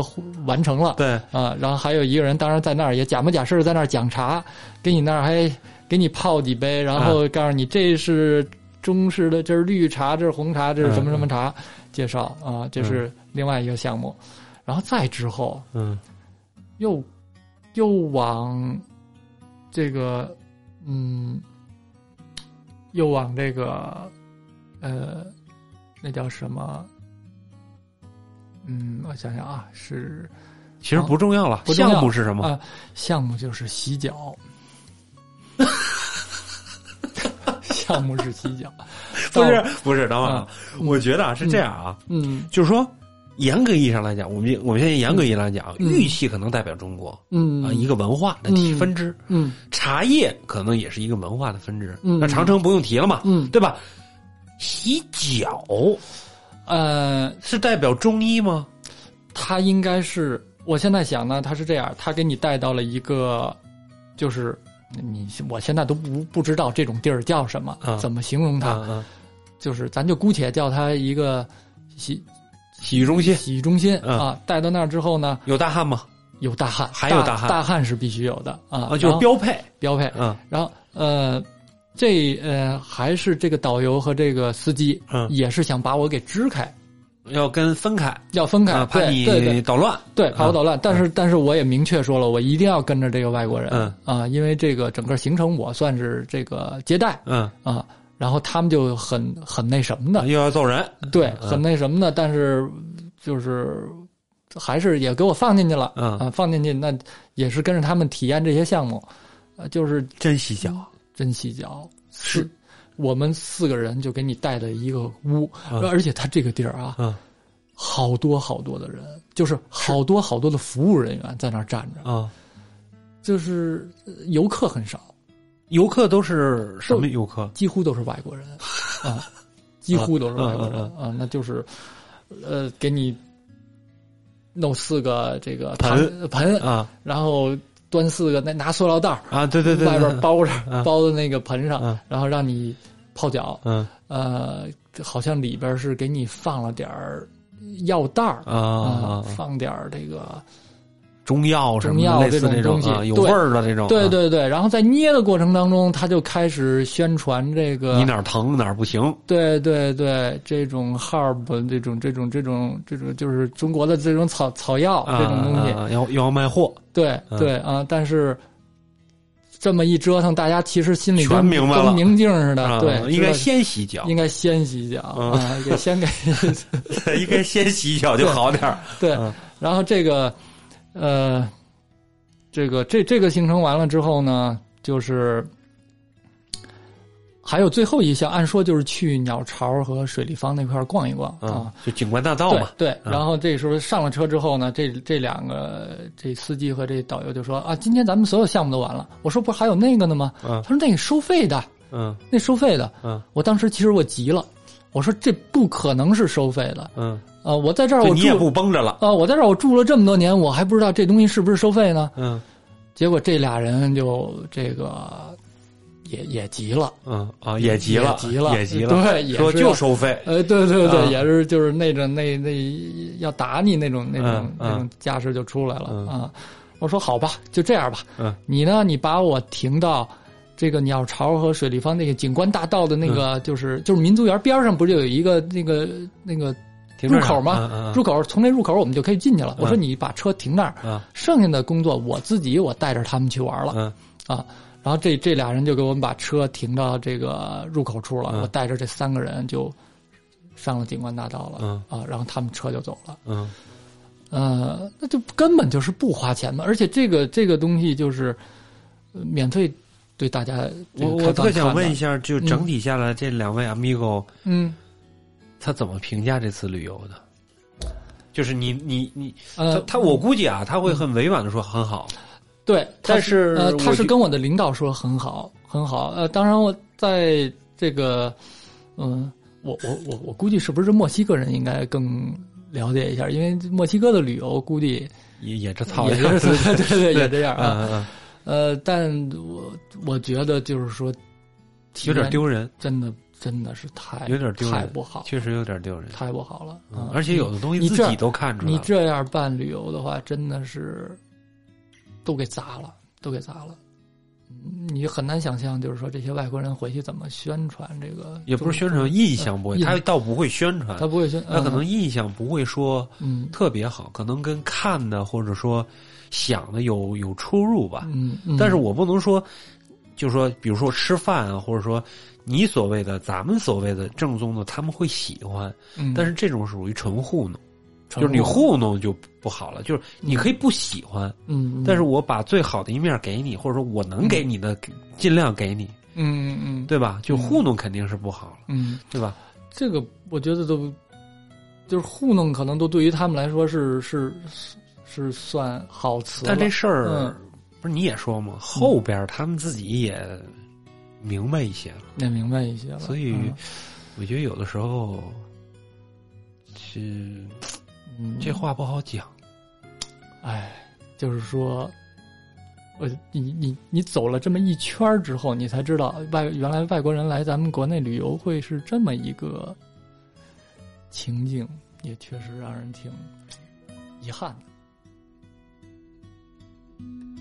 Speaker 2: 完成了
Speaker 1: 对
Speaker 2: 啊、然后还有一个人，当然在那儿也假模假式地在那儿讲茶，给你那儿还给你泡几杯，然
Speaker 1: 啊
Speaker 2: 后告诉你这是中式的，这是绿茶，这是红茶，这是
Speaker 1: 嗯
Speaker 2: 什么什么茶，介绍啊、这是另外一个项目，然后再之后
Speaker 1: 嗯
Speaker 2: 又又往这个嗯，又往这个呃，那叫什么？嗯，我想想啊，是
Speaker 1: 其实不重要了，
Speaker 2: 不重要
Speaker 1: 项目是什么？
Speaker 2: 啊，项目就是洗脚， 项目是洗脚，
Speaker 1: 不是
Speaker 2: 到，
Speaker 1: 不是，等会儿啊，我觉得啊是这样啊，
Speaker 2: 嗯
Speaker 1: 就是说，严格意义上来讲，我们我们现在严格意义上来讲，
Speaker 2: 嗯
Speaker 1: 玉器可能代表中国
Speaker 2: 嗯
Speaker 1: 啊一
Speaker 2: 个
Speaker 1: 个文化的
Speaker 2: 嗯
Speaker 1: 分支，
Speaker 2: 嗯
Speaker 1: 茶叶可能也是一个文化的分支。
Speaker 2: 嗯
Speaker 1: 那长城不用提了嘛，
Speaker 2: 嗯
Speaker 1: 对吧？洗脚
Speaker 2: 呃，
Speaker 1: 是代表中医吗？
Speaker 2: 他应该是，我现在想呢，他是这样，他给你带到了一个，就是嗯你我现在都不不知道这种地儿叫什么，
Speaker 1: 啊
Speaker 2: 怎么形容它，
Speaker 1: 啊，
Speaker 2: 就是咱就姑且叫它一个洗
Speaker 1: 洗浴中心
Speaker 2: 洗浴中心、
Speaker 1: 嗯
Speaker 2: 啊。带到那儿之后呢，
Speaker 1: 有大汉吗？
Speaker 2: 有大汉，
Speaker 1: 还有大
Speaker 2: 大
Speaker 1: 汉
Speaker 2: 大汉是必须有的啊，
Speaker 1: 啊，就是
Speaker 2: 然后
Speaker 1: 标配。
Speaker 2: 标配。
Speaker 1: 嗯
Speaker 2: 然后呃，这呃还是这个导游和这个司机
Speaker 1: 嗯，
Speaker 2: 也是想把我给支开，
Speaker 1: 要跟分开
Speaker 2: 要分开，
Speaker 1: 啊，怕
Speaker 2: 对对对
Speaker 1: 你捣乱。
Speaker 2: 对，怕我捣乱。但
Speaker 1: 嗯
Speaker 2: 是，但是我也明确说了，我一定要跟着这个外国人，
Speaker 1: 嗯
Speaker 2: 啊，因为这个整个行程我算是这个接待
Speaker 1: 嗯，
Speaker 2: 啊，然后他们就很很那什么的，
Speaker 1: 又要揍人。
Speaker 2: 对，
Speaker 1: 哎嗯
Speaker 2: 很那什么的，但是就是还是也给我放进去了，
Speaker 1: 嗯
Speaker 2: 啊，放进去那也是跟着他们体验这些项目，呃，就是
Speaker 1: 真洗脚
Speaker 2: 真洗脚
Speaker 1: 是
Speaker 2: 四我们四个人就给你带的一个屋，
Speaker 1: 嗯
Speaker 2: 而且他这个地儿啊，
Speaker 1: 嗯
Speaker 2: 好多好多的人，就是好多好多的服务人员在那儿站着，
Speaker 1: 啊，
Speaker 2: 就是呃游客很少，
Speaker 1: 游客都是什么游客？
Speaker 2: 几乎都是外 国人啊，几乎都是外国人
Speaker 1: 嗯
Speaker 2: 啊，那就是呃，给你弄四个这个
Speaker 1: 盆
Speaker 2: 汤盆，
Speaker 1: 啊
Speaker 2: 然后端四个那拿塑料袋儿，
Speaker 1: 啊，对对对，
Speaker 2: 外边
Speaker 1: 包
Speaker 2: 包着、
Speaker 1: 嗯
Speaker 2: 包在那个盆上，
Speaker 1: 嗯
Speaker 2: 然后让你泡脚，
Speaker 1: 嗯
Speaker 2: 呃，好像里边是给你放了点儿药袋儿
Speaker 1: 啊啊，啊
Speaker 2: 放点儿这个，
Speaker 1: 中药什么
Speaker 2: 中
Speaker 1: 的
Speaker 2: 药
Speaker 1: 类似
Speaker 2: 这种
Speaker 1: 这种
Speaker 2: 东西
Speaker 1: 啊，有
Speaker 2: 对
Speaker 1: 味儿的这种。
Speaker 2: 对
Speaker 1: 啊，
Speaker 2: 对对，然后在捏的过程当中，他就开始宣传这个，
Speaker 1: 你哪儿疼哪儿不行。
Speaker 2: 对对对，这种 herb 这种这种这种这种就是中国的这种草草药
Speaker 1: 啊
Speaker 2: 这种东西，
Speaker 1: 啊啊要要卖货，
Speaker 2: 对
Speaker 1: 嗯
Speaker 2: 对啊，但是这么一折腾，大家其实心里
Speaker 1: 全
Speaker 2: 跟
Speaker 1: 明白了
Speaker 2: 跟明镜似的，
Speaker 1: 啊
Speaker 2: 对，
Speaker 1: 应
Speaker 2: 知道
Speaker 1: 该先洗脚，
Speaker 2: 应该先洗脚
Speaker 1: 嗯
Speaker 2: 啊，给先给
Speaker 1: 应该先洗脚就好点儿。
Speaker 2: 对
Speaker 1: 嗯，
Speaker 2: 然后这个呃，这个这这个行程完了之后呢，就是。还有最后一项，按说就是去鸟巢和水立方那块儿逛一逛啊
Speaker 1: 嗯，，就景观大道
Speaker 2: 对
Speaker 1: 嘛。
Speaker 2: 对，
Speaker 1: 嗯
Speaker 2: 然后这时候上了车之后呢，这这两个这司机和这导游就说啊，今天咱们所有项目都完了。我说不是还有那个呢吗？
Speaker 1: 嗯
Speaker 2: 他说那个收费的，
Speaker 1: 嗯
Speaker 2: 那收费的。
Speaker 1: 嗯
Speaker 2: 我当时其实我急了，我说这不可能是收费的。
Speaker 1: 嗯，
Speaker 2: 啊！我在这儿
Speaker 1: 就
Speaker 2: 我
Speaker 1: 你也
Speaker 2: 住
Speaker 1: 不绷着了。
Speaker 2: 啊，我在这儿我住了这么多年，我还不知道这东西是不是收费呢。
Speaker 1: 嗯
Speaker 2: 结果这俩人就这个也也急了，
Speaker 1: 嗯啊，也急了，
Speaker 2: 也急了，
Speaker 1: 也急了，
Speaker 2: 对，也
Speaker 1: 说
Speaker 2: 是
Speaker 1: 就
Speaker 2: 要
Speaker 1: 收费。
Speaker 2: 呃，对对对，
Speaker 1: 啊
Speaker 2: 也是就是那种那那要打你那种那种、
Speaker 1: 嗯嗯
Speaker 2: 那种架势就出来了、
Speaker 1: 嗯
Speaker 2: 啊！我说好吧，就这样吧。
Speaker 1: 嗯
Speaker 2: 你呢？你把我停到这个鸟巢和水立
Speaker 1: 嗯
Speaker 2: 方那个景观大道的那个，就是就是民族园边上，不是有一个那个那个
Speaker 1: 停
Speaker 2: 入
Speaker 1: 车场
Speaker 2: 口嘛，
Speaker 1: 嗯嗯嗯
Speaker 2: 入口从那入口我们就可以进去了。我说
Speaker 1: 嗯
Speaker 2: 你把车停那儿，
Speaker 1: 啊，
Speaker 2: 剩下的工作我自己我带着他们去玩了、
Speaker 1: 嗯
Speaker 2: 啊。然后这这俩人就给我们把车停到这个入口处了，
Speaker 1: 嗯
Speaker 2: 我带着这三个人就上了景观大道了、
Speaker 1: 嗯
Speaker 2: 啊，然后他们车就走了。
Speaker 1: 嗯
Speaker 2: 呃，那就根本就是不花钱的，而且这个这个东西就是呃免费对大家这
Speaker 1: 我
Speaker 2: 个
Speaker 1: 我
Speaker 2: 开放
Speaker 1: 特想
Speaker 2: 看的
Speaker 1: 问一，下，就整体下来，这两位 amigo
Speaker 2: 嗯，
Speaker 1: 他怎么评价这次旅游的？就是你你你，他
Speaker 2: 呃，
Speaker 1: 他我估计啊，他会很委婉的说很好，
Speaker 2: 对，
Speaker 1: 但
Speaker 2: 他
Speaker 1: 是
Speaker 2: 呃，
Speaker 1: 我
Speaker 2: 他是
Speaker 1: 觉
Speaker 2: 跟我的领导说很好，很好。呃，当然我在这个，嗯、我我我我估计是不是墨西哥人应该更了解一下，因为墨西哥的旅游估计
Speaker 1: 也也这操
Speaker 2: 也
Speaker 1: 样
Speaker 2: 是 对对对也这样啊。
Speaker 1: 嗯嗯嗯，
Speaker 2: 呃，但我我觉得就是说，体
Speaker 1: 有点
Speaker 2: 验
Speaker 1: 丢人，
Speaker 2: 真的真的是太
Speaker 1: 有点丢人
Speaker 2: 太不好，
Speaker 1: 确实有点丢人。
Speaker 2: 太不好了。
Speaker 1: 嗯
Speaker 2: 嗯，
Speaker 1: 而且有的东西
Speaker 2: 你
Speaker 1: 自
Speaker 2: 这
Speaker 1: 己都看出来
Speaker 2: 你
Speaker 1: 了。
Speaker 2: 这样办旅游的话，真的是都给砸了，都给砸了。嗯你很难想象，就是说这些外国人回去怎么宣传这个，
Speaker 1: 也不是宣传，印象不会，
Speaker 2: 印
Speaker 1: 他倒不会宣传，
Speaker 2: 他不会宣，
Speaker 1: 他可能
Speaker 2: 嗯
Speaker 1: 印象不会说
Speaker 2: 嗯
Speaker 1: 特别好，可能跟看的或者说想的有有出入吧。
Speaker 2: 嗯，嗯
Speaker 1: 但是我不能说，就说比如说吃饭啊，或者说你所谓的咱们所谓的正宗的，他们会喜欢，
Speaker 2: 嗯
Speaker 1: 但是这种属于纯糊弄，就
Speaker 2: 传
Speaker 1: 是你
Speaker 2: 播
Speaker 1: 糊弄就不好了，就是你可以不喜欢，
Speaker 2: 嗯，嗯
Speaker 1: 但是我把最好的一面给你，或者说我能给你的尽量给你，
Speaker 2: 嗯嗯
Speaker 1: 对吧？就糊弄肯定是不好了，
Speaker 2: 嗯，
Speaker 1: 对吧？
Speaker 2: 这个我觉得都就是糊弄，可能都对于他们来说是是是是算好词了，
Speaker 1: 但这事儿、
Speaker 2: 嗯
Speaker 1: 不是你也说吗？后边儿他们自己也明白一些了，
Speaker 2: 也明白一些了，
Speaker 1: 所以
Speaker 2: 嗯
Speaker 1: 我觉得有的时候，是
Speaker 2: 嗯
Speaker 1: 这话不好讲。
Speaker 2: 哎，就是说，我你你你走了这么一圈儿之后，你才知道外原来外国人来咱们国内旅游会是这么一个情景，也确实让人挺遗憾的。